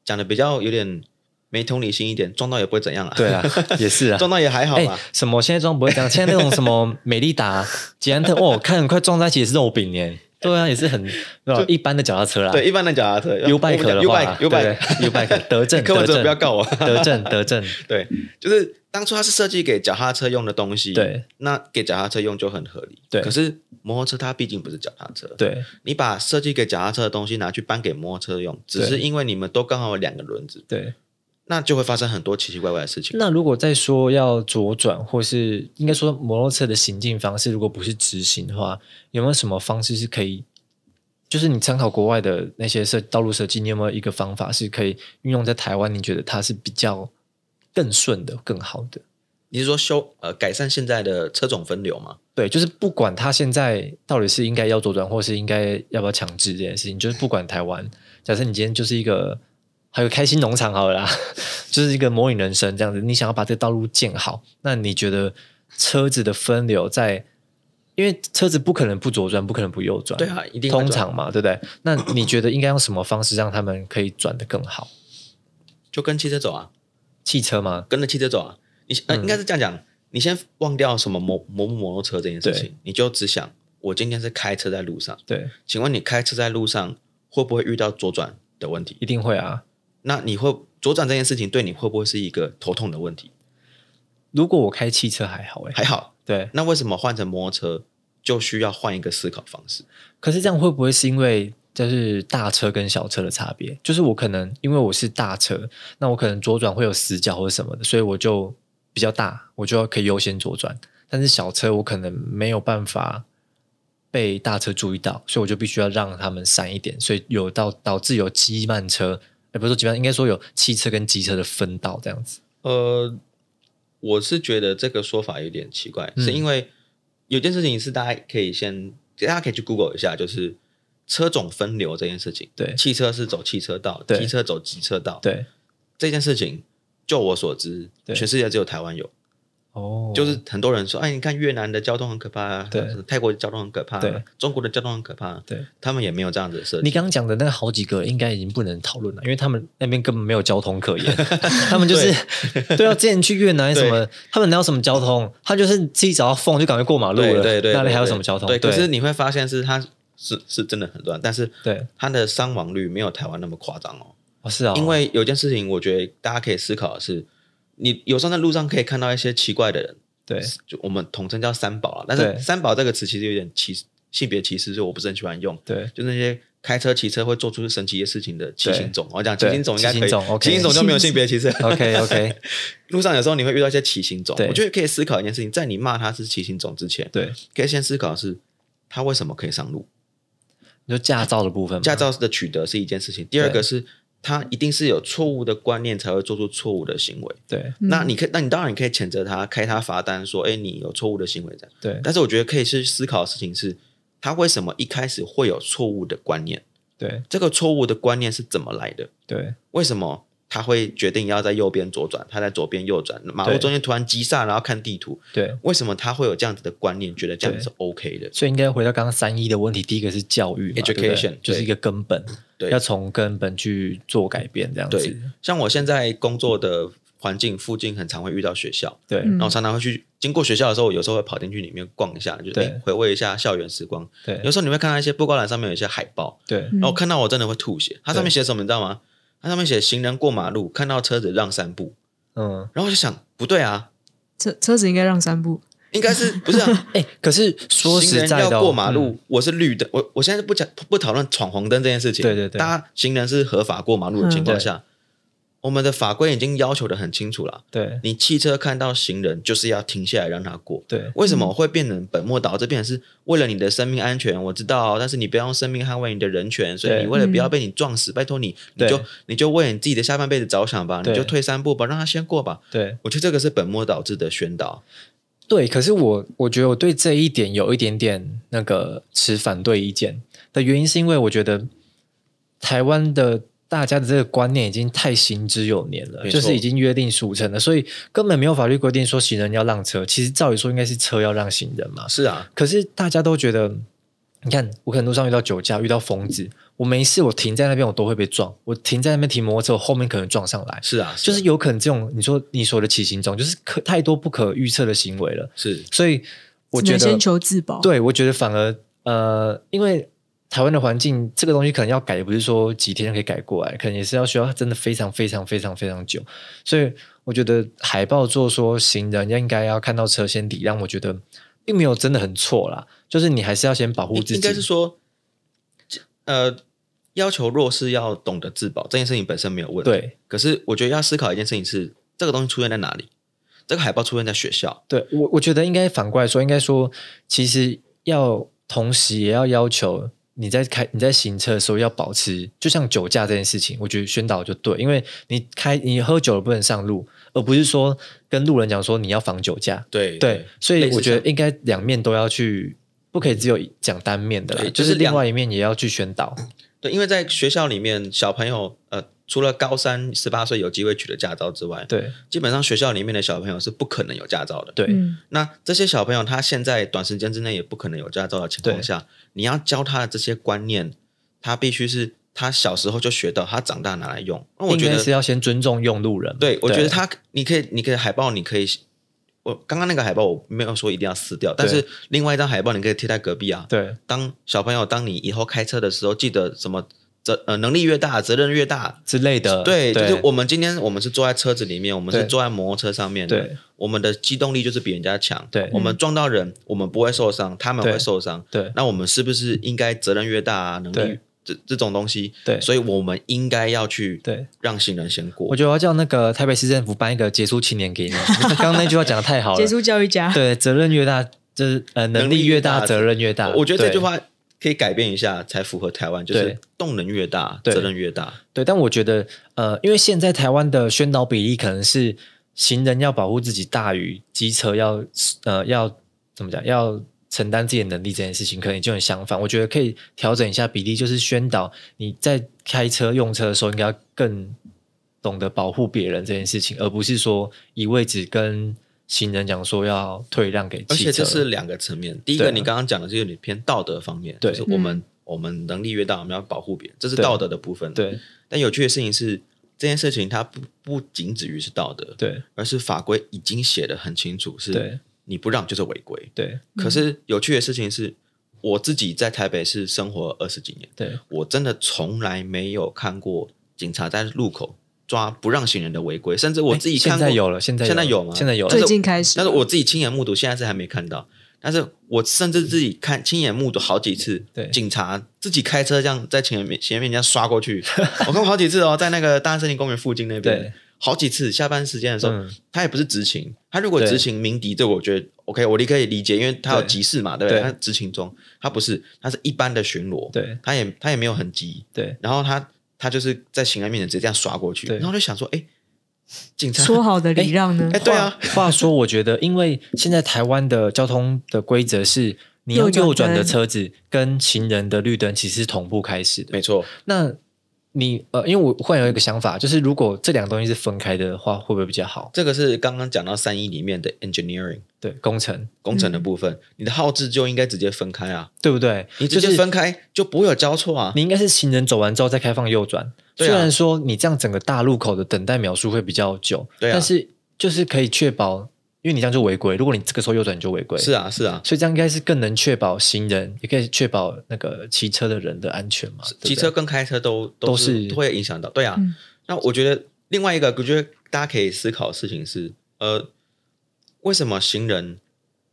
[SPEAKER 3] 讲的比较有点没同理心一点，撞到也不会怎样啦。
[SPEAKER 2] 对啊，也是啊。
[SPEAKER 3] 撞 到也还好
[SPEAKER 2] 哎
[SPEAKER 3] 嘛。，
[SPEAKER 2] 什么？现在装不会这样。现在那种什 么美利达、捷安特，哦，看很快撞在一起也是肉饼耶。对啊，也是很对吧一般的脚踏车啦。
[SPEAKER 3] 对，一般的脚踏车
[SPEAKER 2] 哎 U bike 的
[SPEAKER 3] U
[SPEAKER 2] 话
[SPEAKER 3] bike，U bike，
[SPEAKER 2] U bike 德政，
[SPEAKER 3] 柯文哲
[SPEAKER 2] 德
[SPEAKER 3] 不要
[SPEAKER 2] 政，
[SPEAKER 3] 告我。
[SPEAKER 2] 德政，德政，
[SPEAKER 3] 对，就是当初它是设计给脚踏车用的东西，，
[SPEAKER 2] 对
[SPEAKER 3] 那给脚踏车用就很合理。
[SPEAKER 2] 对
[SPEAKER 3] 可是摩托车它毕竟不是脚踏车，，
[SPEAKER 2] 对
[SPEAKER 3] 你把设计给脚踏车的东西拿去搬给摩托车用，只
[SPEAKER 2] 对
[SPEAKER 3] 是因为你们都刚好有两个轮子，
[SPEAKER 2] 对。
[SPEAKER 3] 那就会发生很多奇奇怪怪的事情。
[SPEAKER 2] 那如果再说要左转，或是应该说摩托车的行进方式，如果不是直行的话，有没有什么方式是可以？就是你参考国外的那些设道路设计，你有没有一个方法是可以运用在台湾？你觉得它是比较更顺的、更好的？
[SPEAKER 3] 你是说修呃改善现在的车种分流吗？
[SPEAKER 2] 对，就是不管它现在到底是应该要左转，或是应该要不要强制这件事情，就是不管台湾。假设你今天就是一个还有开心农场好了啦， 就是一个模拟人生这样子，你想要把这个道路建好，那你觉得车子的分流在？因为车子不可能不左转，不可能不右转，
[SPEAKER 3] 对啊一定会
[SPEAKER 2] 通
[SPEAKER 3] 转
[SPEAKER 2] 常嘛，对不对？那你觉得应该用什么方式让他们可以转得更好？
[SPEAKER 3] 就跟汽车走啊，
[SPEAKER 2] 汽车吗？
[SPEAKER 3] 跟着汽车走啊。你呃，
[SPEAKER 2] 嗯
[SPEAKER 3] 应该是这样讲，你先忘掉什么摩摩不摩托车这件事情，你就只想我今天是开车在路上。
[SPEAKER 2] 对，
[SPEAKER 3] 请问你开车在路上会不会遇到左转的问题？
[SPEAKER 2] 一定会啊。
[SPEAKER 3] 那你会左转这件事情对你会不会是一个头痛的问题？
[SPEAKER 2] 如果我开汽车还好、欸，
[SPEAKER 3] 还好，
[SPEAKER 2] 对，
[SPEAKER 3] 那为什么换成摩托车就需要换一个思考方式？
[SPEAKER 2] 可是这样会不会是因为就是大车跟小车的差别？就是我可能因为我是大车，那我可能左转会有死角或者什么的，所以我就比较大，我就要可以优先左转。但是小车我可能没有办法被大车注意到，所以我就必须要让他们闪一点，所以有导导致有机慢车，也不是说机慢，应该说有汽车跟机车的分道这样子。
[SPEAKER 3] 呃，我是觉得这个说法有点奇怪，
[SPEAKER 2] 嗯
[SPEAKER 3] 是因为有件事情是大家可以先，大家可以去 Google 一下，就是车种分流这件事情。
[SPEAKER 2] 对
[SPEAKER 3] 汽车是走汽车道，
[SPEAKER 2] 对
[SPEAKER 3] 机车走机车道。
[SPEAKER 2] 对，
[SPEAKER 3] 这件事情，就我所知，
[SPEAKER 2] 对
[SPEAKER 3] 全世界只有台湾有。
[SPEAKER 2] 哦，
[SPEAKER 3] 就是很多人说，哎，你看越南的交通很可怕啊，
[SPEAKER 2] 对
[SPEAKER 3] 泰国的交通很可怕啊，
[SPEAKER 2] 对
[SPEAKER 3] 中国的交通很可怕啊，
[SPEAKER 2] 对
[SPEAKER 3] 他们也没有这样子的设
[SPEAKER 2] 你
[SPEAKER 3] 计。
[SPEAKER 2] 刚刚讲的那好几个，应该已经不能讨论了，因为他们那边根本没有交通可 言，他们就是 对啊，之前去越南什么，他们哪有什么交通，他就是自己找到缝就赶快过马路
[SPEAKER 3] 对
[SPEAKER 2] 了，
[SPEAKER 3] 对对，
[SPEAKER 2] 那里
[SPEAKER 3] 对
[SPEAKER 2] 还有
[SPEAKER 3] 对
[SPEAKER 2] 什么交通？
[SPEAKER 3] 对，
[SPEAKER 2] 对，
[SPEAKER 3] 可是你会发现是它是是真的很乱，但是
[SPEAKER 2] 对
[SPEAKER 3] 它的伤亡率没有台湾那么夸张哦。
[SPEAKER 2] 哦是啊，
[SPEAKER 3] 因为有件事情，我觉得大家可以思考的是，你有时候在路上可以看到一些奇怪的人，
[SPEAKER 2] 对
[SPEAKER 3] 就我们统称叫三宝啊，但是
[SPEAKER 2] 对
[SPEAKER 3] 三宝这个词其实有点歧视性别歧视，所以我不是很喜欢用。
[SPEAKER 2] 对
[SPEAKER 3] 就那些开车、骑车会做出神奇的事情的骑
[SPEAKER 2] 对
[SPEAKER 3] 行种，我讲骑
[SPEAKER 2] 对
[SPEAKER 3] 行种应该可以，
[SPEAKER 2] 骑行种，OK
[SPEAKER 3] 骑行种就没有性别歧 视。
[SPEAKER 2] ，OK OK，
[SPEAKER 3] 路上有时候你会遇到一些骑行种，
[SPEAKER 2] 对
[SPEAKER 3] 我觉得可以思考一件事情，在你骂他是骑行种之前，
[SPEAKER 2] 对，
[SPEAKER 3] 可以先思考的是他为什么可以上路。
[SPEAKER 2] 你说驾照的部分嘛，
[SPEAKER 3] 驾照的取得是一件事情，第二个是他一定是有错误的观念才会做出错误的行为。
[SPEAKER 2] 对
[SPEAKER 3] 那你可以，那你当然你可以谴责他，开他罚单，说，哎，你有错误的行为这样。
[SPEAKER 2] 对
[SPEAKER 3] 但是我觉得可以去思考的事情是，他为什么一开始会有错误的观念？
[SPEAKER 2] 对
[SPEAKER 3] 这个错误的观念是怎么来的？
[SPEAKER 2] 对
[SPEAKER 3] 为什么他会决定要在右边左转，他在左边右转，马路
[SPEAKER 2] 对
[SPEAKER 3] 中间突然急刹，然后看地图，
[SPEAKER 2] 对，
[SPEAKER 3] 为什么他会有这样子的观念，觉得这样子是 OK 的？
[SPEAKER 2] 所以应该回到刚刚三一的问题，第一个是教育嘛
[SPEAKER 3] Education，
[SPEAKER 2] 对不对就是
[SPEAKER 3] 对
[SPEAKER 2] 一个根本，
[SPEAKER 3] 对
[SPEAKER 2] 要从根本去做改变，这样
[SPEAKER 3] 对
[SPEAKER 2] 子，，
[SPEAKER 3] 像我现在工作的环境附近，很常会遇到学校，
[SPEAKER 2] 对
[SPEAKER 1] 嗯
[SPEAKER 3] 然后常常会去经过学校的时候，我有时候会跑进去里面逛一下，就
[SPEAKER 2] 对
[SPEAKER 3] 诶回味一下校园时光。有
[SPEAKER 2] 对
[SPEAKER 3] 时候你会看到一些布告栏上面有一些海报，
[SPEAKER 2] 对
[SPEAKER 1] 嗯
[SPEAKER 3] 然后我看到我真的会吐血。它上面写什么，你知道吗？它上面写行人过马路，看到车子让三步。
[SPEAKER 2] 嗯。
[SPEAKER 3] 然后我就想，不对啊，
[SPEAKER 1] 车车子应该让三步，
[SPEAKER 3] 应该是不是啊？
[SPEAKER 2] 哎、可是 说
[SPEAKER 3] 行
[SPEAKER 2] 实
[SPEAKER 3] 人
[SPEAKER 2] 在
[SPEAKER 3] 要
[SPEAKER 2] 的哦、
[SPEAKER 3] 过马路，
[SPEAKER 2] 嗯
[SPEAKER 3] 我是绿灯。我我现在不讲不讨论闯红灯这件事情。
[SPEAKER 2] 对对对嗯
[SPEAKER 3] 大家行人是合法过马路的情况下，我们的法规已经要求的很清楚了，
[SPEAKER 2] 对
[SPEAKER 3] 你汽车看到行人就是要停下来让他过。
[SPEAKER 2] 对
[SPEAKER 3] 为什么会变成本末倒置？变成是为了你的生命安全，我知道，但是你不要用生命捍卫你的人权，所以
[SPEAKER 2] 对
[SPEAKER 3] 你为了不要被你撞死，拜托你，你
[SPEAKER 2] 对
[SPEAKER 3] 就你就为你自己的下半辈子着想吧，
[SPEAKER 2] 对
[SPEAKER 3] 你就退三步吧，让他先过吧。
[SPEAKER 2] 对
[SPEAKER 3] 我觉得这个是本末倒置的宣导。
[SPEAKER 2] 对，可是我我觉得我对这一点有一点点那个持反对意见的原因，是因为我觉得台湾的大家的这个观念已经太行之有年了，
[SPEAKER 3] 没
[SPEAKER 2] 就
[SPEAKER 3] 错
[SPEAKER 2] 是已经约定俗成了，所以根本没有法律规定说行人要让车。其实照理说应该是车要让行人嘛，
[SPEAKER 3] 是啊，
[SPEAKER 2] 可是大家都觉得，你看我可能路上遇到酒驾，遇到疯子，我没事，我停在那边我都会被撞，我停在那边停摩托车，我后面可能撞上来，
[SPEAKER 3] 是啊，
[SPEAKER 2] 就是有可能这种你说你说的起行中，就是可太多不可预测的行为了，
[SPEAKER 3] 是
[SPEAKER 2] 所以我觉
[SPEAKER 1] 只能
[SPEAKER 2] 得
[SPEAKER 1] 先，求自保。，
[SPEAKER 2] 对我觉得反而呃，因为。台湾的环境，这个东西可能要改，也不是说几天就可以改过来，可能也是要需要真的非常非常非常非常久。所以我觉得海报做说行人应该要看到车先礼让，我觉得并没有真的很错啦，就是你还是要先保护
[SPEAKER 3] 应
[SPEAKER 2] 自己。
[SPEAKER 3] 应该是说，呃，要求弱势要懂得自保，这件事情本身没有问题。，
[SPEAKER 2] 对
[SPEAKER 3] 可是我觉得要思考一件事情是，这个东西出现在哪里？这个海报出现在学校，
[SPEAKER 2] 对，我我觉得应该反过来说，应该说其实要同时也要要求你在开你在行车的时候要保持，就像酒驾这件事情，我觉得宣导就对，因为你开你喝酒了不能上路，而不是说跟路人讲说你要防酒驾。
[SPEAKER 3] 对
[SPEAKER 2] 对，所以我觉
[SPEAKER 3] 类似
[SPEAKER 2] 得应该两面都要去，不可以只有讲单面的啦
[SPEAKER 3] 对，
[SPEAKER 2] 就
[SPEAKER 3] 就是
[SPEAKER 2] 是另
[SPEAKER 3] 两嗯
[SPEAKER 2] 外一面也要去宣导。
[SPEAKER 3] 对，因为在学校里面，小朋友呃，除了高三十八岁有机会取得驾照之外，
[SPEAKER 2] 对
[SPEAKER 3] 基本上学校里面的小朋友是不可能有驾照的。
[SPEAKER 2] 对、
[SPEAKER 1] 嗯，
[SPEAKER 3] 那这些小朋友他现在短时间之内也不可能有驾照的情况下，你要教他的这些观念，他必须是他小时候就学到，他长大拿来用。那我
[SPEAKER 2] 应
[SPEAKER 3] 觉
[SPEAKER 2] 该是
[SPEAKER 3] 得，
[SPEAKER 2] 要先尊重用路人嘛。
[SPEAKER 3] 对我觉得他，你可以，你可以海报，你可以，我刚刚那个海报我没有说一定要撕掉，但是另外一张海报你可以贴在隔壁啊。
[SPEAKER 2] 对
[SPEAKER 3] 当小朋友，当你以后开车的时候，记得什么责呃能力越大，责任越大。
[SPEAKER 2] 之类的，
[SPEAKER 3] 对，就是我们今天我们是坐在车子里面，我们是
[SPEAKER 2] 对
[SPEAKER 3] 坐在摩托车上面的，
[SPEAKER 2] 对
[SPEAKER 3] 我们的机动力就是比人家强。
[SPEAKER 2] 对
[SPEAKER 3] 我们撞到人，我们不会受伤，他们
[SPEAKER 2] 对
[SPEAKER 3] 会受伤。
[SPEAKER 2] 对
[SPEAKER 3] 那我们是不是应该责任越大、啊，能力
[SPEAKER 2] 对
[SPEAKER 3] 这这种东西？
[SPEAKER 2] 对
[SPEAKER 3] 所以我们应该要去
[SPEAKER 2] 对。
[SPEAKER 3] 让行人先过
[SPEAKER 2] 我。觉得我要叫那个台北市政府颁一个杰出青年给你。 刚刚那句话讲的太好
[SPEAKER 1] 杰
[SPEAKER 2] 了，
[SPEAKER 1] 出教育家，
[SPEAKER 2] 对，责任越大，就是呃能力越大，
[SPEAKER 3] 能力越大
[SPEAKER 2] 责任越大。
[SPEAKER 3] 我觉得这句
[SPEAKER 2] 对
[SPEAKER 3] 话可以改变一下，才符合台湾，就是
[SPEAKER 2] 对
[SPEAKER 3] 动能越大，
[SPEAKER 2] 对
[SPEAKER 3] 责任越大。
[SPEAKER 2] 对，但我觉得呃，因为现在台湾的宣导比例可能是行人要保护自己大于机车要呃要怎么讲要。承担自己的能力这件事情，可能就很相反。我觉得可以调整一下比例，就是宣导你在开车用车的时候，应该要更懂得保护别人这件事情，而不是说一味只跟行人讲说要退让给汽车。
[SPEAKER 3] 而且这是两个层面，第一个
[SPEAKER 2] 对啊
[SPEAKER 3] 你刚刚讲的是有点偏道德方面，
[SPEAKER 2] 对
[SPEAKER 3] 就是我
[SPEAKER 1] 嗯
[SPEAKER 3] 们、我们能力越大，我们要保护别人，这是
[SPEAKER 2] 对
[SPEAKER 3] 道德的部分。，啊
[SPEAKER 2] 对
[SPEAKER 3] 但有趣的事情是，这件事情它不不仅止于是道德，
[SPEAKER 2] 对
[SPEAKER 3] 而是法规已经写的很清楚，是
[SPEAKER 2] 对
[SPEAKER 3] 你不让就是违规。
[SPEAKER 2] 对
[SPEAKER 3] 可是
[SPEAKER 1] 嗯
[SPEAKER 3] 有趣的事情是，我自己在台北市生活二十几年，
[SPEAKER 2] 对
[SPEAKER 3] 我真的从来没有看过警察在路口抓不让行人的违规，甚至我自己
[SPEAKER 2] 诶哎
[SPEAKER 3] 看
[SPEAKER 2] 现
[SPEAKER 3] 过
[SPEAKER 2] 在有了，现在
[SPEAKER 3] 现在有
[SPEAKER 2] 有
[SPEAKER 3] 吗
[SPEAKER 2] 现在有了
[SPEAKER 1] 最，近开始，
[SPEAKER 3] 但是我自己亲眼目睹，现在是还没看到。但是我甚至自己看亲眼目睹好几次，
[SPEAKER 2] 对
[SPEAKER 3] 警察自己开车这样在前面前面这样刷过 去，我看过好几次哦，在那个大安森林公园附近那边
[SPEAKER 2] 对，
[SPEAKER 3] 好几次下班时间的时候，
[SPEAKER 2] 嗯
[SPEAKER 3] 他也不是执勤，他如果
[SPEAKER 2] 对
[SPEAKER 3] 执勤鸣笛，这我觉得 OK，我可以理解，因为他有
[SPEAKER 2] 对
[SPEAKER 3] 急事嘛，对不对？
[SPEAKER 2] 对
[SPEAKER 3] 他执勤中，他不是，他是一般的巡逻，
[SPEAKER 2] 对
[SPEAKER 3] 他也他也没有很急，
[SPEAKER 2] 对
[SPEAKER 3] 然后他他就是在行人面前直接这样刷过去，
[SPEAKER 2] 对
[SPEAKER 3] 然后我就想说，哎，警察
[SPEAKER 1] 说好的礼让呢
[SPEAKER 3] 哎，？对啊，
[SPEAKER 2] 话说，我觉得因为现在台湾的交通的规则是，你要
[SPEAKER 1] 右转
[SPEAKER 2] 右转的
[SPEAKER 1] 灯
[SPEAKER 2] 车子跟行人的绿灯其实是同步开始的
[SPEAKER 3] 没。错，
[SPEAKER 2] 那你呃，因为我忽然有一个想法，就是如果这两个东西是分开的话，会不会比较好？
[SPEAKER 3] 这个是刚刚讲到三一里面的 engineering
[SPEAKER 2] 对，工程
[SPEAKER 3] 工程的
[SPEAKER 2] 嗯
[SPEAKER 3] 部分，你的耗资就应该直接分开啊，
[SPEAKER 2] 对不对？
[SPEAKER 3] 你直
[SPEAKER 2] 就
[SPEAKER 3] 接
[SPEAKER 2] 是
[SPEAKER 3] 分开就不会有交错啊。
[SPEAKER 2] 你应该是行人走完之后再开放右转。
[SPEAKER 3] 对啊
[SPEAKER 2] 虽然说你这样整个大路口的等待秒数会比较久，
[SPEAKER 3] 对啊
[SPEAKER 2] 但是就是可以确保，因为你这样就违规。如果你这个时候右转，你就违规。
[SPEAKER 3] 是啊，是啊，
[SPEAKER 2] 所以这样应该是更能确保行人，也可以确保那个骑车的人的安全嘛。对不对
[SPEAKER 3] 骑车跟开车都都
[SPEAKER 2] 都
[SPEAKER 3] 是
[SPEAKER 2] 是
[SPEAKER 3] 都会影响到。对啊，
[SPEAKER 1] 嗯
[SPEAKER 3] 那我觉得另外一个，我觉得大家可以思考的事情是，呃，为什么行人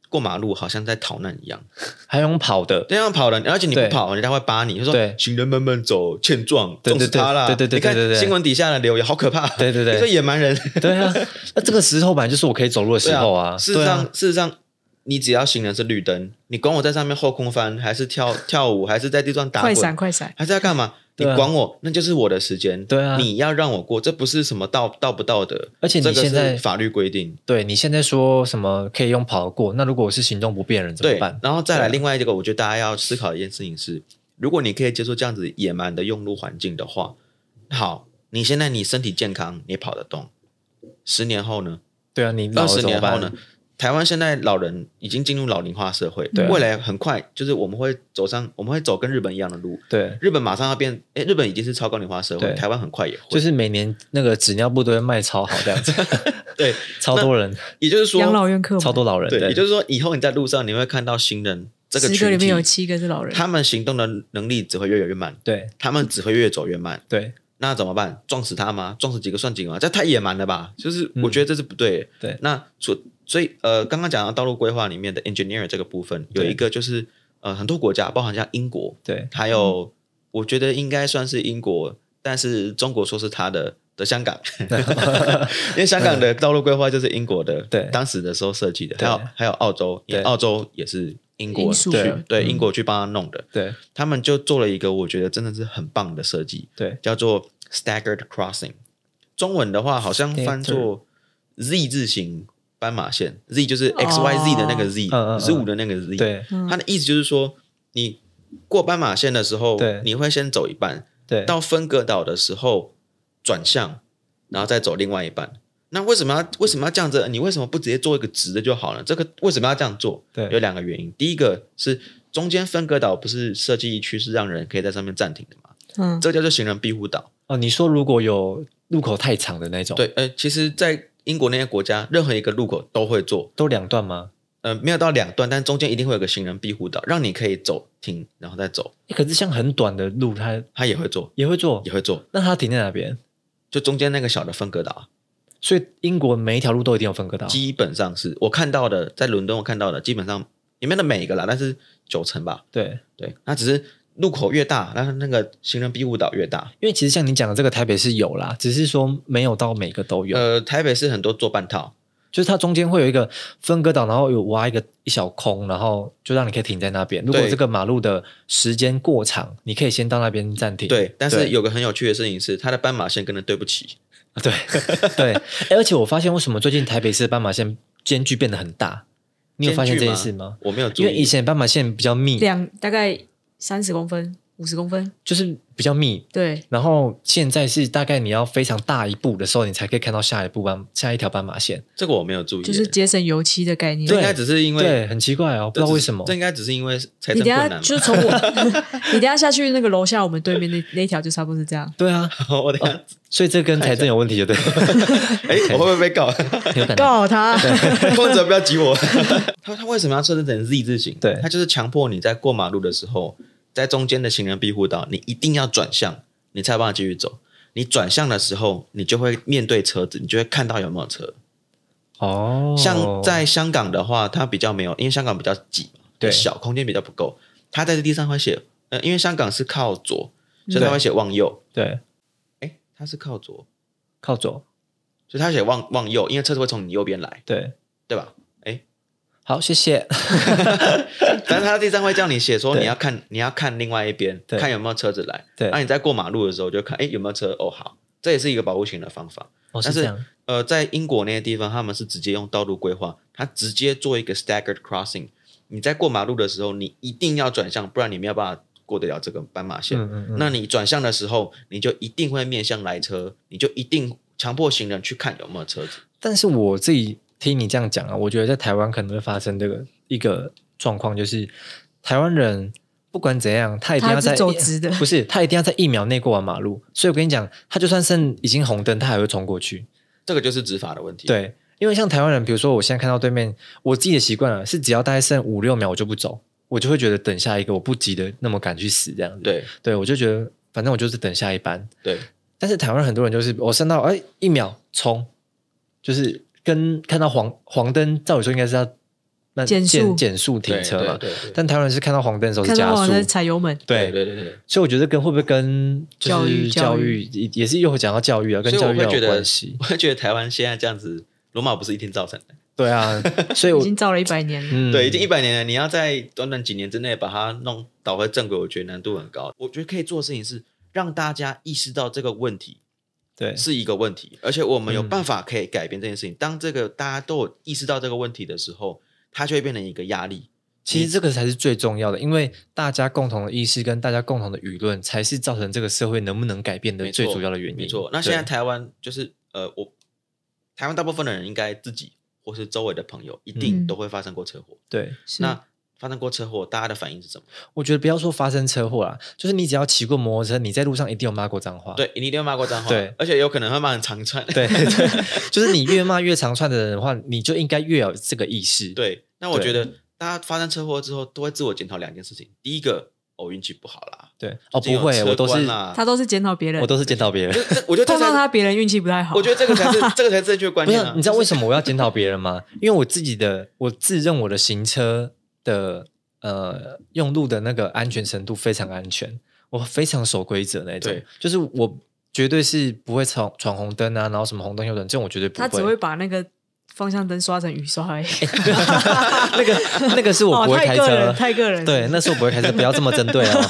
[SPEAKER 3] 过马路好像在逃难一样，
[SPEAKER 2] 还用跑的，
[SPEAKER 3] 这样跑了，而且你不
[SPEAKER 2] 对
[SPEAKER 3] 跑，人家会扒你，就说
[SPEAKER 2] 对
[SPEAKER 3] 行人慢慢走，欠撞，
[SPEAKER 2] 对
[SPEAKER 3] 撞
[SPEAKER 2] 对
[SPEAKER 3] 死他啦。
[SPEAKER 2] 对对对
[SPEAKER 3] 你看
[SPEAKER 2] 对对对
[SPEAKER 3] 新闻底下的留言好可怕，
[SPEAKER 2] 对对对
[SPEAKER 3] 你说野蛮人，
[SPEAKER 2] 对啊，那这个石头本来就是我可以走路的
[SPEAKER 3] 对
[SPEAKER 2] 石头啊。
[SPEAKER 3] 事
[SPEAKER 2] 对
[SPEAKER 3] 实
[SPEAKER 2] 啊
[SPEAKER 3] 上，事实上，你只要行人是绿灯，你管我在上面后空翻，还是跳跳舞，还是在地上打
[SPEAKER 1] 快
[SPEAKER 3] 滚，
[SPEAKER 1] 闪快闪，
[SPEAKER 3] 还是要干嘛？你
[SPEAKER 2] 对啊
[SPEAKER 3] 管我，那就是我的时间。
[SPEAKER 2] 对啊
[SPEAKER 3] 你要让我过，这不是什么道道不道德，
[SPEAKER 2] 而且你
[SPEAKER 3] 这个
[SPEAKER 2] 现在
[SPEAKER 3] 是法律规定。
[SPEAKER 2] 对你现在说什么可以用跑过，那如果我是行动不便的人怎么
[SPEAKER 3] 对
[SPEAKER 2] 办，？
[SPEAKER 3] 然后再来
[SPEAKER 2] 对啊
[SPEAKER 3] 另外一个，我觉得大家要思考的一件事情是，如果你可以接受这样子野蛮的用路环境的话，好，你现在你身体健康，你跑得动，十年后呢？
[SPEAKER 2] 对啊，你老
[SPEAKER 3] 二
[SPEAKER 2] 了
[SPEAKER 3] 十
[SPEAKER 2] 怎么
[SPEAKER 3] 年后
[SPEAKER 2] 办
[SPEAKER 3] 呢？？台湾现在老人已经进入老龄化社会，
[SPEAKER 1] 对
[SPEAKER 3] 未来很快就是我们会走上，我们会走跟日本一样的路。
[SPEAKER 2] 对，
[SPEAKER 3] 日本马上要变，哎，日本已经是超高龄化社会，
[SPEAKER 2] 对
[SPEAKER 3] 台湾很快也会。
[SPEAKER 2] 就是每年那个纸尿布都会卖超好这样 子，
[SPEAKER 3] 对，
[SPEAKER 2] 超多人，
[SPEAKER 3] 也就是说，
[SPEAKER 1] 养老院客嘛
[SPEAKER 2] 超多老人。
[SPEAKER 3] 对，也就是是说，以后你在路上你会看到行人这个
[SPEAKER 1] 十个里
[SPEAKER 3] 群
[SPEAKER 1] 面有
[SPEAKER 3] 体，
[SPEAKER 1] 七个是老人，
[SPEAKER 3] 他们行动的能力只会越来越慢，
[SPEAKER 2] 对
[SPEAKER 3] 他们只会越走越慢。
[SPEAKER 2] 对
[SPEAKER 3] 那怎么办？撞死他吗？撞死几个算几个吗？这太野蛮了吧！就是
[SPEAKER 2] 嗯
[SPEAKER 3] 我觉得这是不对。
[SPEAKER 2] 对
[SPEAKER 3] 那所所以呃，刚刚讲到道路规划里面的 engineer 这个部分，有
[SPEAKER 2] 对
[SPEAKER 3] 一个就是呃，很多国家，包含像英国，
[SPEAKER 2] 对嗯
[SPEAKER 3] 还有、我觉得应该算是英国，但是中国说是它的的 香港，因为香港的道路规划就是英国的，
[SPEAKER 2] 对
[SPEAKER 3] 当时的时候设计的，还
[SPEAKER 2] 对
[SPEAKER 3] 有还有澳洲，因为
[SPEAKER 2] 对
[SPEAKER 3] 澳洲也是英国
[SPEAKER 1] 因素
[SPEAKER 3] 去
[SPEAKER 1] 对
[SPEAKER 3] 对
[SPEAKER 2] 嗯
[SPEAKER 3] 英国去帮他弄的，
[SPEAKER 2] 对
[SPEAKER 3] 他们就做了一个我觉得真的是很棒的设计，
[SPEAKER 2] 对
[SPEAKER 3] 叫做 staggered crossing，中文的话好像翻作 Z 字形斑马线，Z 就是 X Y Z 的那个 Z，
[SPEAKER 2] 嗯嗯嗯
[SPEAKER 3] z o 的那个 Z。，
[SPEAKER 2] 对
[SPEAKER 1] 嗯
[SPEAKER 3] 它的意思就是说，你过斑马线的时候
[SPEAKER 2] 对，
[SPEAKER 3] 你会先走一半，
[SPEAKER 2] 对，
[SPEAKER 3] 到分隔岛的时候转向，然后再走另外一半。那为什么要为什么要这样子？你为什么不直接做一个直的就好了？这个为什么要这样做？
[SPEAKER 2] 对
[SPEAKER 3] 有两个原因。第一个是中间分隔岛不是设计一区是让人可以在上面暂停的嘛？
[SPEAKER 1] 嗯，
[SPEAKER 3] 这个叫做行人庇护岛。
[SPEAKER 2] 哦，你说如果有路口太长的那种，，
[SPEAKER 3] 对，呃，其实，在英国那些国家，任何一个路口都会做，
[SPEAKER 2] 都两段吗？
[SPEAKER 3] 呃，没有到两段，但中间一定会有个行人庇护岛，让你可以走停，然后再走，
[SPEAKER 2] 诶可是像很短的路，它
[SPEAKER 3] 他也会做，
[SPEAKER 2] 也会做
[SPEAKER 3] 也，会做，
[SPEAKER 2] 那它停在哪边？
[SPEAKER 3] 就中间那个小的分隔岛，啊
[SPEAKER 2] 所以英国每一条路都一定有分割到，
[SPEAKER 3] 基本上是我看到的，在伦敦我看到的，基本上里面的每一个啦，但是九成吧，
[SPEAKER 2] 对，
[SPEAKER 3] 对，那只是路口越大，那那个行人庇护岛越大。
[SPEAKER 2] 因为其实像你讲的这个台北是有啦，只是说没有到每个都有，
[SPEAKER 3] 呃，台北是很多做半套，
[SPEAKER 2] 就是它中间会有一个分割岛，然后有挖一个一小空，然后就让你可以停在那边。如果
[SPEAKER 3] 对
[SPEAKER 2] 这个马路的时间过长，你可以先到那边暂停。
[SPEAKER 3] 对，但是
[SPEAKER 2] 对
[SPEAKER 3] 有个很有趣的事情是，它的斑马线跟人对不起，
[SPEAKER 2] 对 对、诶而且我发现为什么最近台北市的斑马线间距变得很大，你有发现这件事吗？？
[SPEAKER 3] 我没有注
[SPEAKER 2] 因
[SPEAKER 3] 意，
[SPEAKER 2] 为以前斑马线比较密，
[SPEAKER 1] 两大概三十公分、五十公分，
[SPEAKER 2] 就是比较密，
[SPEAKER 1] 对，
[SPEAKER 2] 然后现在是大概你要非常大一步的时候，你才可以看到下一步斑下一条斑马线。
[SPEAKER 3] 这个我没有注意耶，
[SPEAKER 1] 就是节省油漆的概念。
[SPEAKER 3] 这应该只是因为
[SPEAKER 2] 对，很奇怪哦，不知道为什么
[SPEAKER 3] 这。应该只是因为财
[SPEAKER 1] 你等
[SPEAKER 3] 政
[SPEAKER 1] 一
[SPEAKER 3] 困
[SPEAKER 1] 下
[SPEAKER 3] 难嘛。
[SPEAKER 1] 就从我，你等一下下去那个楼下我们对面那那一条就差不多是这样。
[SPEAKER 2] 对啊，
[SPEAKER 3] 我等 一下，
[SPEAKER 2] 所以这跟财政有问题，就对了，
[SPEAKER 3] 哎、我会不会被 告？
[SPEAKER 2] 有可能。
[SPEAKER 1] 告他，
[SPEAKER 3] 空者不要挤我。 他他为什么要设置成 Z 字形？
[SPEAKER 2] 对
[SPEAKER 3] 他就是强迫你在过马路的时候，在中间的行人庇护岛，你一定要转向，你才有办法继续走。你转向的时候，你就会面对车子，你就会看到有没有车。
[SPEAKER 2] 哦，
[SPEAKER 3] 像在香港的话，它比较没有，因为香港比较挤嘛，
[SPEAKER 2] 对
[SPEAKER 3] 小空间比较不够。它在这地上会写，呃，因为香港是靠左，所以它会写往右。
[SPEAKER 2] 对
[SPEAKER 3] 哎，它是靠左，
[SPEAKER 2] 靠左，
[SPEAKER 3] 所以他写往往右，因为车子会从你右边来，
[SPEAKER 2] 对，
[SPEAKER 3] 对吧？
[SPEAKER 2] 好，谢谢。
[SPEAKER 3] 但是他第三会叫你写说
[SPEAKER 2] 对
[SPEAKER 3] 你要看你要看另外一边，
[SPEAKER 2] 对
[SPEAKER 3] 看有没有车子来。
[SPEAKER 2] 对
[SPEAKER 3] 那、你在过马路的时候就看，哎，有没有车？哦，好，这也是一个保护型的方法。
[SPEAKER 2] 哦，
[SPEAKER 3] 但
[SPEAKER 2] 是
[SPEAKER 3] 是
[SPEAKER 2] 这样，
[SPEAKER 3] 呃，在英国那些地方，他们是直接用道路规划，他直接做一个 staggered crossing。你在过马路的时候，你一定要转向，不然你没有办法过得了这个斑马线。
[SPEAKER 2] 嗯嗯嗯，
[SPEAKER 3] 那你转向的时候，你就一定会面向来车，你就一定强迫行人去看有没有车子。
[SPEAKER 2] 但是我自己听你这样讲啊，我觉得在台湾可能会发生这个一个状况，就是台湾人不管怎样，他一定要
[SPEAKER 1] 他是
[SPEAKER 2] 在
[SPEAKER 1] 走直的
[SPEAKER 2] 不是他一定要在一秒内过完马路。所以我跟你讲，他就算剩已经红灯，他还会冲过去。
[SPEAKER 3] 这个就是执法的问题。
[SPEAKER 2] 对，因为像台湾人，比如说我现在看到对面，我自己的习惯啊了是，只要大概剩五六秒，我就不走，我就会觉得等下一个，我不急的那么赶去死这样子。，
[SPEAKER 3] 对
[SPEAKER 2] 对我就觉得反正我就是等下一班。
[SPEAKER 3] 对，
[SPEAKER 2] 但是台湾很多人就是我升到哎一秒冲，就是跟看到黄黄灯，照理说应该是要慢
[SPEAKER 1] 减速
[SPEAKER 2] 减减速停
[SPEAKER 3] 对
[SPEAKER 2] 车嘛。
[SPEAKER 3] 对对对
[SPEAKER 2] 但台湾人是看到黄灯的时候 是
[SPEAKER 1] 看
[SPEAKER 2] 加
[SPEAKER 1] 到我
[SPEAKER 2] 速，
[SPEAKER 1] 在踩油门，
[SPEAKER 3] 对
[SPEAKER 2] 对，
[SPEAKER 3] 对对对，
[SPEAKER 2] 所以我觉得跟会不会跟就是
[SPEAKER 1] 教育
[SPEAKER 2] 教
[SPEAKER 1] 教
[SPEAKER 2] 育也也是又会讲到教育啊，跟
[SPEAKER 3] 所以我
[SPEAKER 2] 教育
[SPEAKER 3] 会
[SPEAKER 2] 要
[SPEAKER 3] 觉
[SPEAKER 2] 有
[SPEAKER 3] 得
[SPEAKER 2] 关系，。
[SPEAKER 3] 我会觉得台湾现在这样子，罗马不是一天造成的，
[SPEAKER 2] 对啊，所
[SPEAKER 1] 已
[SPEAKER 2] 以我
[SPEAKER 1] 经造了一百年了。
[SPEAKER 2] 嗯
[SPEAKER 3] 对，已经一百年了。你要在短短几年之内把它弄倒回正轨，我觉得难度很高。我觉得可以做的事情是让大家意识到这个问题
[SPEAKER 2] 对
[SPEAKER 3] 是一个问题，而且我们有
[SPEAKER 2] 嗯
[SPEAKER 3] 办法可以改变这件事情。当这个大家都有意识到这个问题的时候，它就会变成一个压力。
[SPEAKER 2] 其
[SPEAKER 3] 嗯
[SPEAKER 2] 实这个才是最重要的，因为大家共同的意识跟大家共同的舆论，才是造成这个社会能不能改变的
[SPEAKER 3] 没
[SPEAKER 2] 最
[SPEAKER 3] 错
[SPEAKER 2] 主要的原因。
[SPEAKER 3] 没错，那现在
[SPEAKER 2] 对
[SPEAKER 3] 台湾就是呃，我台湾大部分的人应该自己或是周围的朋友一定
[SPEAKER 1] 嗯
[SPEAKER 3] 都会发生过车祸。
[SPEAKER 2] 对，
[SPEAKER 1] 是
[SPEAKER 3] 那发生过车祸，大家的反应是什么？
[SPEAKER 2] 我觉得不要说发生车祸啦，就是你只要骑过摩托车，你在路上一定有骂过脏话。
[SPEAKER 3] 对，你一定会骂过脏话，
[SPEAKER 2] 对
[SPEAKER 3] 而且有可能会骂很长串。
[SPEAKER 2] 对对，就是你越骂越长串的人的话，你就应该越有这个意识。
[SPEAKER 3] 对，那我
[SPEAKER 2] 对
[SPEAKER 3] 觉得大家发生车祸之后都会自我检讨两件事情，第一个，哦，运气不好啦，
[SPEAKER 2] 对，哦，
[SPEAKER 3] 最近
[SPEAKER 2] 不
[SPEAKER 3] 有
[SPEAKER 2] 会，
[SPEAKER 3] 车
[SPEAKER 2] 我都是
[SPEAKER 3] 关啦，
[SPEAKER 1] 他都是检讨别人
[SPEAKER 2] 我，都是检讨别人。
[SPEAKER 3] 这这我觉得这
[SPEAKER 1] 碰到
[SPEAKER 3] 才
[SPEAKER 1] 他
[SPEAKER 3] 是，
[SPEAKER 1] 别人运气不太好。
[SPEAKER 3] 我觉得这个 才是这个才是正确观
[SPEAKER 2] 不
[SPEAKER 3] 念
[SPEAKER 2] 是
[SPEAKER 3] 啊，。
[SPEAKER 2] 你知道为
[SPEAKER 3] 么？
[SPEAKER 2] 什么我要检讨别人吗？ 因为我自己的，我自认我的行车的呃用路的那个安全程度非常安全，我非常守规则那种
[SPEAKER 3] 对，
[SPEAKER 2] 就是我绝对是不会闯闯红灯啊，然后什么红灯右转，这种我绝对不
[SPEAKER 1] 他只会把那个方向灯刷成雨刷而已。
[SPEAKER 2] 那个那个是我
[SPEAKER 1] 哦
[SPEAKER 2] 不会开
[SPEAKER 1] 太
[SPEAKER 2] 车，
[SPEAKER 1] 个 人，太个人。
[SPEAKER 2] 对，那是我不会开车，不要这么针对哦。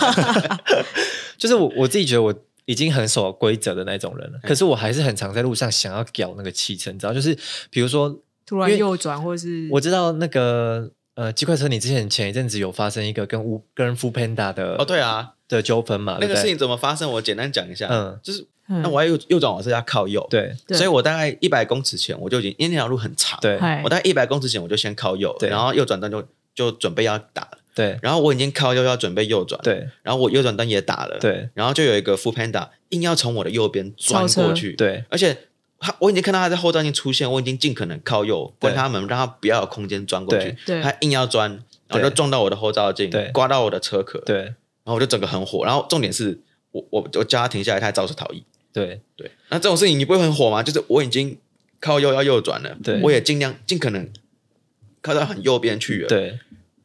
[SPEAKER 2] 就是我我自己觉得我已经很守规则的那种人
[SPEAKER 3] 嗯
[SPEAKER 2] 了，可是我还是很常在路上想要搞那个汽车，你知道，就是比如说
[SPEAKER 1] 突
[SPEAKER 2] 因
[SPEAKER 1] 然
[SPEAKER 2] 为
[SPEAKER 1] 右转或是
[SPEAKER 3] 嗯
[SPEAKER 2] 我知道那个呃，机快车，你之前前一阵子有发生一个跟乌跟 f o o Panda 的
[SPEAKER 3] 哦，对啊，
[SPEAKER 2] 的纠纷嘛，
[SPEAKER 3] 那个
[SPEAKER 2] 对不
[SPEAKER 3] 事
[SPEAKER 2] 对
[SPEAKER 3] 情怎么发生？我简单讲一下，
[SPEAKER 2] 嗯
[SPEAKER 3] 嗯，就是
[SPEAKER 1] 嗯
[SPEAKER 3] 那我要右右转，我是要靠右，
[SPEAKER 2] 对
[SPEAKER 1] 对
[SPEAKER 3] 所以我大概一百公尺前我就已经，因为那条路很长，
[SPEAKER 2] 对
[SPEAKER 1] 嗨
[SPEAKER 3] 我大概一百公尺前我就先靠右，
[SPEAKER 2] 对
[SPEAKER 3] 然后右转灯就就准备要打了，
[SPEAKER 2] 对
[SPEAKER 3] 然后我已经靠右要准备右转，，
[SPEAKER 2] 对
[SPEAKER 3] 然后我右转灯也打了，，
[SPEAKER 2] 对
[SPEAKER 3] 然后就有一个 f o o Panda 硬要从我的右边钻
[SPEAKER 1] 超车
[SPEAKER 3] 过去，，
[SPEAKER 2] 对
[SPEAKER 3] 而且他我已经看到他在后照镜出现，我已经尽可能靠右
[SPEAKER 2] 对
[SPEAKER 3] 关他门，让他不要有空间钻过去，
[SPEAKER 1] 对
[SPEAKER 3] 他硬要钻，然后就
[SPEAKER 2] 对
[SPEAKER 3] 撞到我的后照镜
[SPEAKER 2] 对，
[SPEAKER 3] 刮到我的车壳，然
[SPEAKER 2] 对
[SPEAKER 3] 后我就整个很火，然后重点是我我我叫他停下来，他还肇事逃逸。
[SPEAKER 2] 对
[SPEAKER 3] 对，那这种事情你不会很火吗？就是我已经靠右要右转了，
[SPEAKER 2] 对
[SPEAKER 3] 我也尽量尽可能靠到很右边去了，，
[SPEAKER 2] 对，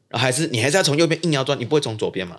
[SPEAKER 3] 然后还是你还是要从右边硬要转，你不会从左边嘛？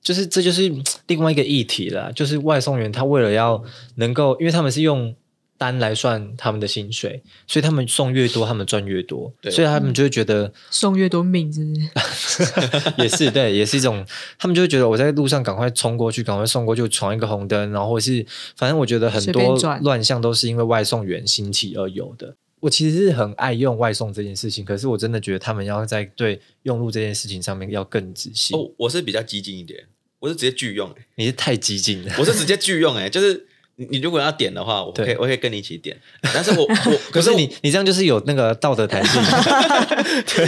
[SPEAKER 2] 就是这就是另外一个议题啦，就是外送员他为了要能够，因为他们是用。单来算他们的薪水，所以他们送越多，他们赚越多，
[SPEAKER 3] 对
[SPEAKER 2] 所以他们就会觉得
[SPEAKER 1] 送越多命，是不是？
[SPEAKER 2] 也是对，也是一种，他们就会觉得我在路上赶快冲过去，赶快送过去，闯一个红灯，然后或是反正我觉得很
[SPEAKER 1] 随
[SPEAKER 2] 多
[SPEAKER 1] 便转
[SPEAKER 2] 乱象都是因为外送员兴起而有的。我其实是很爱用外送这件事情，可是我真的觉得他们要在对用路这件事情上面要更仔细。
[SPEAKER 3] 哦，我是比较激进一点，我是直接拒用、欸，
[SPEAKER 2] 你是太激进 了，
[SPEAKER 3] 我是直接拒用、欸，就是你你如果要点的话，我
[SPEAKER 2] 对
[SPEAKER 3] 可以我可以跟你一起 点，但是我我可
[SPEAKER 2] 可
[SPEAKER 3] 是
[SPEAKER 2] 是
[SPEAKER 3] 我
[SPEAKER 2] 你你这样就是有那个道德弹性
[SPEAKER 3] 可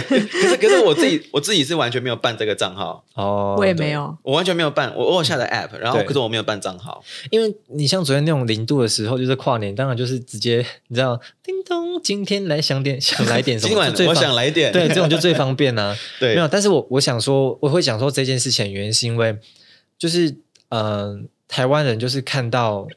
[SPEAKER 3] 是可是我自己我自己是完全没有办这个账号，
[SPEAKER 2] 哦。
[SPEAKER 1] 我也没有。
[SPEAKER 3] 我完全没有办，我偶尔下载 app，然后
[SPEAKER 2] 对
[SPEAKER 3] 可是我没有办账号，
[SPEAKER 2] 因为你像昨天那种零度的时候，就是跨年，当然就是直接你知道，叮咚，今天来想点想来点什么，
[SPEAKER 3] 今晚
[SPEAKER 2] 就最
[SPEAKER 3] 我
[SPEAKER 2] 方
[SPEAKER 3] 想来点，
[SPEAKER 2] 对，这种就最方便啊。
[SPEAKER 3] 对
[SPEAKER 2] 没有，但是我我想说，我会想说这件事情的原因是因为，就是嗯、呃台湾人就是看到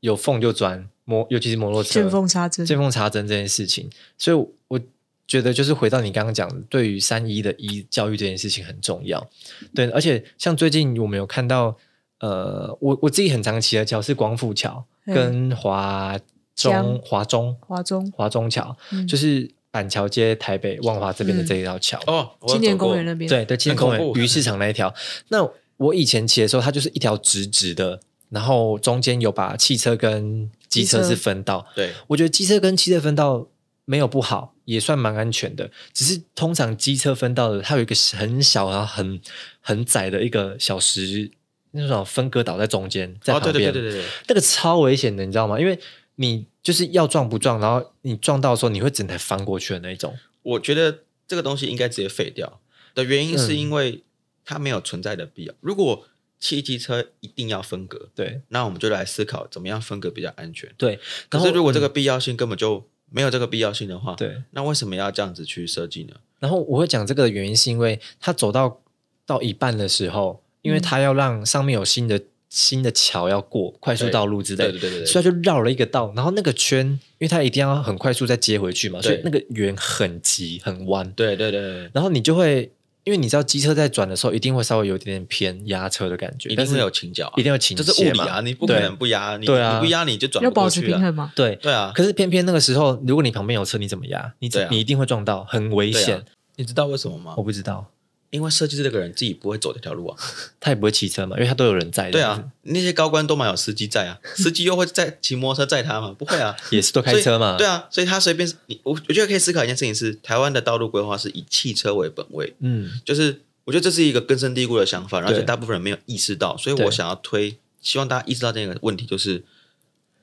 [SPEAKER 2] 有缝就钻，摩尤其是摩托车
[SPEAKER 1] 见缝插针，
[SPEAKER 2] 见缝插针这件事情，所以我我觉得就是回到你刚刚讲的，对于三一的一教育这件事情很重要。对，而且像最近我们有看到，呃，我我自己很常骑的桥是光复桥
[SPEAKER 1] 嗯
[SPEAKER 2] 跟华中
[SPEAKER 1] 江
[SPEAKER 2] 华中
[SPEAKER 1] 华中
[SPEAKER 2] 华中桥，
[SPEAKER 1] 嗯
[SPEAKER 2] 就是板桥接台北万华这边的这一道桥。
[SPEAKER 3] 哦，我有
[SPEAKER 1] 青年
[SPEAKER 3] 走过
[SPEAKER 1] 公园那边，
[SPEAKER 2] 对对，青年公
[SPEAKER 3] 恐
[SPEAKER 2] 园
[SPEAKER 3] 怖
[SPEAKER 2] 鱼市场那一条。那我以前骑的时候，它就是一条直直的，然后中间有把汽车跟机车
[SPEAKER 1] 机车
[SPEAKER 2] 是分道。
[SPEAKER 3] 对
[SPEAKER 2] 我觉得机车跟汽车分道没有不好，也算蛮安全的。只是通常机车分道的，它有一个很小然后很很窄的一个小石那种分割岛在中间，在
[SPEAKER 3] 哦
[SPEAKER 2] 旁边。
[SPEAKER 3] 对对对对对对。
[SPEAKER 2] 那个超危险的，你知道吗？因为你就是要撞不撞，然后你撞到的时候，你会整台翻过去的那一种。
[SPEAKER 3] 我觉得这个东西应该直接废掉的原因，
[SPEAKER 2] 嗯
[SPEAKER 3] 是因为它没有存在的必要。如果汽机车一定要分隔，
[SPEAKER 2] 对
[SPEAKER 3] 那我们就来思考怎么样分隔比较安全。
[SPEAKER 2] 对，
[SPEAKER 3] 可
[SPEAKER 2] 然
[SPEAKER 3] 是
[SPEAKER 2] 后嗯
[SPEAKER 3] 如果这个必要性根本就没有这个必要性的话，
[SPEAKER 2] 对，
[SPEAKER 3] 那为什么要这样子去设计呢？
[SPEAKER 2] 然后我会讲这个的
[SPEAKER 3] 嗯
[SPEAKER 2] 原因，是因为他走到到一半的时候，因为他要让上面有新的新的桥要过，快速道路之类
[SPEAKER 3] 对
[SPEAKER 2] 的
[SPEAKER 3] 对对对对，
[SPEAKER 2] 所以他就绕了一个道，然后那个圈，因为他一定要很快速再接回去嘛，所以
[SPEAKER 3] 对
[SPEAKER 2] 那个圆很急很弯，
[SPEAKER 3] 对对对对，
[SPEAKER 2] 然后你就会，因为你知道机车在转的时候一定会稍微有一点点偏压车的感觉，
[SPEAKER 3] 一
[SPEAKER 2] 但
[SPEAKER 3] 定
[SPEAKER 2] 是
[SPEAKER 3] 会有倾角啊，
[SPEAKER 2] 一定有倾
[SPEAKER 3] 这
[SPEAKER 2] 斜
[SPEAKER 3] 是物理
[SPEAKER 2] 嘛
[SPEAKER 3] 啊，你不可
[SPEAKER 2] 对
[SPEAKER 3] 能不压，你
[SPEAKER 2] 对啊
[SPEAKER 3] 你不压你就转
[SPEAKER 1] 要
[SPEAKER 3] 不
[SPEAKER 1] 保
[SPEAKER 3] 过
[SPEAKER 1] 持
[SPEAKER 3] 去
[SPEAKER 1] 平
[SPEAKER 3] 啊，
[SPEAKER 1] 衡嘛。
[SPEAKER 2] 对。
[SPEAKER 3] 对啊，
[SPEAKER 2] 可是偏偏那个时候，如果你旁边有车，你怎么压？你怎、
[SPEAKER 3] 对啊
[SPEAKER 2] 你一定会撞到，很危
[SPEAKER 3] 对
[SPEAKER 2] 险。
[SPEAKER 3] 啊，你知道为什么吗
[SPEAKER 2] 我？不知道，
[SPEAKER 3] 因为设计师这个人自己不会走这条路啊，
[SPEAKER 2] 他也不会骑车嘛，因为他都有人在。这
[SPEAKER 3] 对
[SPEAKER 2] 样子
[SPEAKER 3] 啊，那些高官都蛮有司机在啊，司机又会载骑摩托车载他吗？不会啊，
[SPEAKER 2] 也是都 开
[SPEAKER 3] 所以
[SPEAKER 2] 车嘛。
[SPEAKER 3] 对啊，所以他随便你，我我觉得可以思考一件事情是，台湾的道路规划是以汽车为本位，
[SPEAKER 2] 嗯，
[SPEAKER 3] 就是我觉得这是一个根深蒂固的想法，而且
[SPEAKER 2] 对
[SPEAKER 3] 大部分人没有意识到，所以
[SPEAKER 2] 对
[SPEAKER 3] 我想要推，希望大家意识到这个问题，就是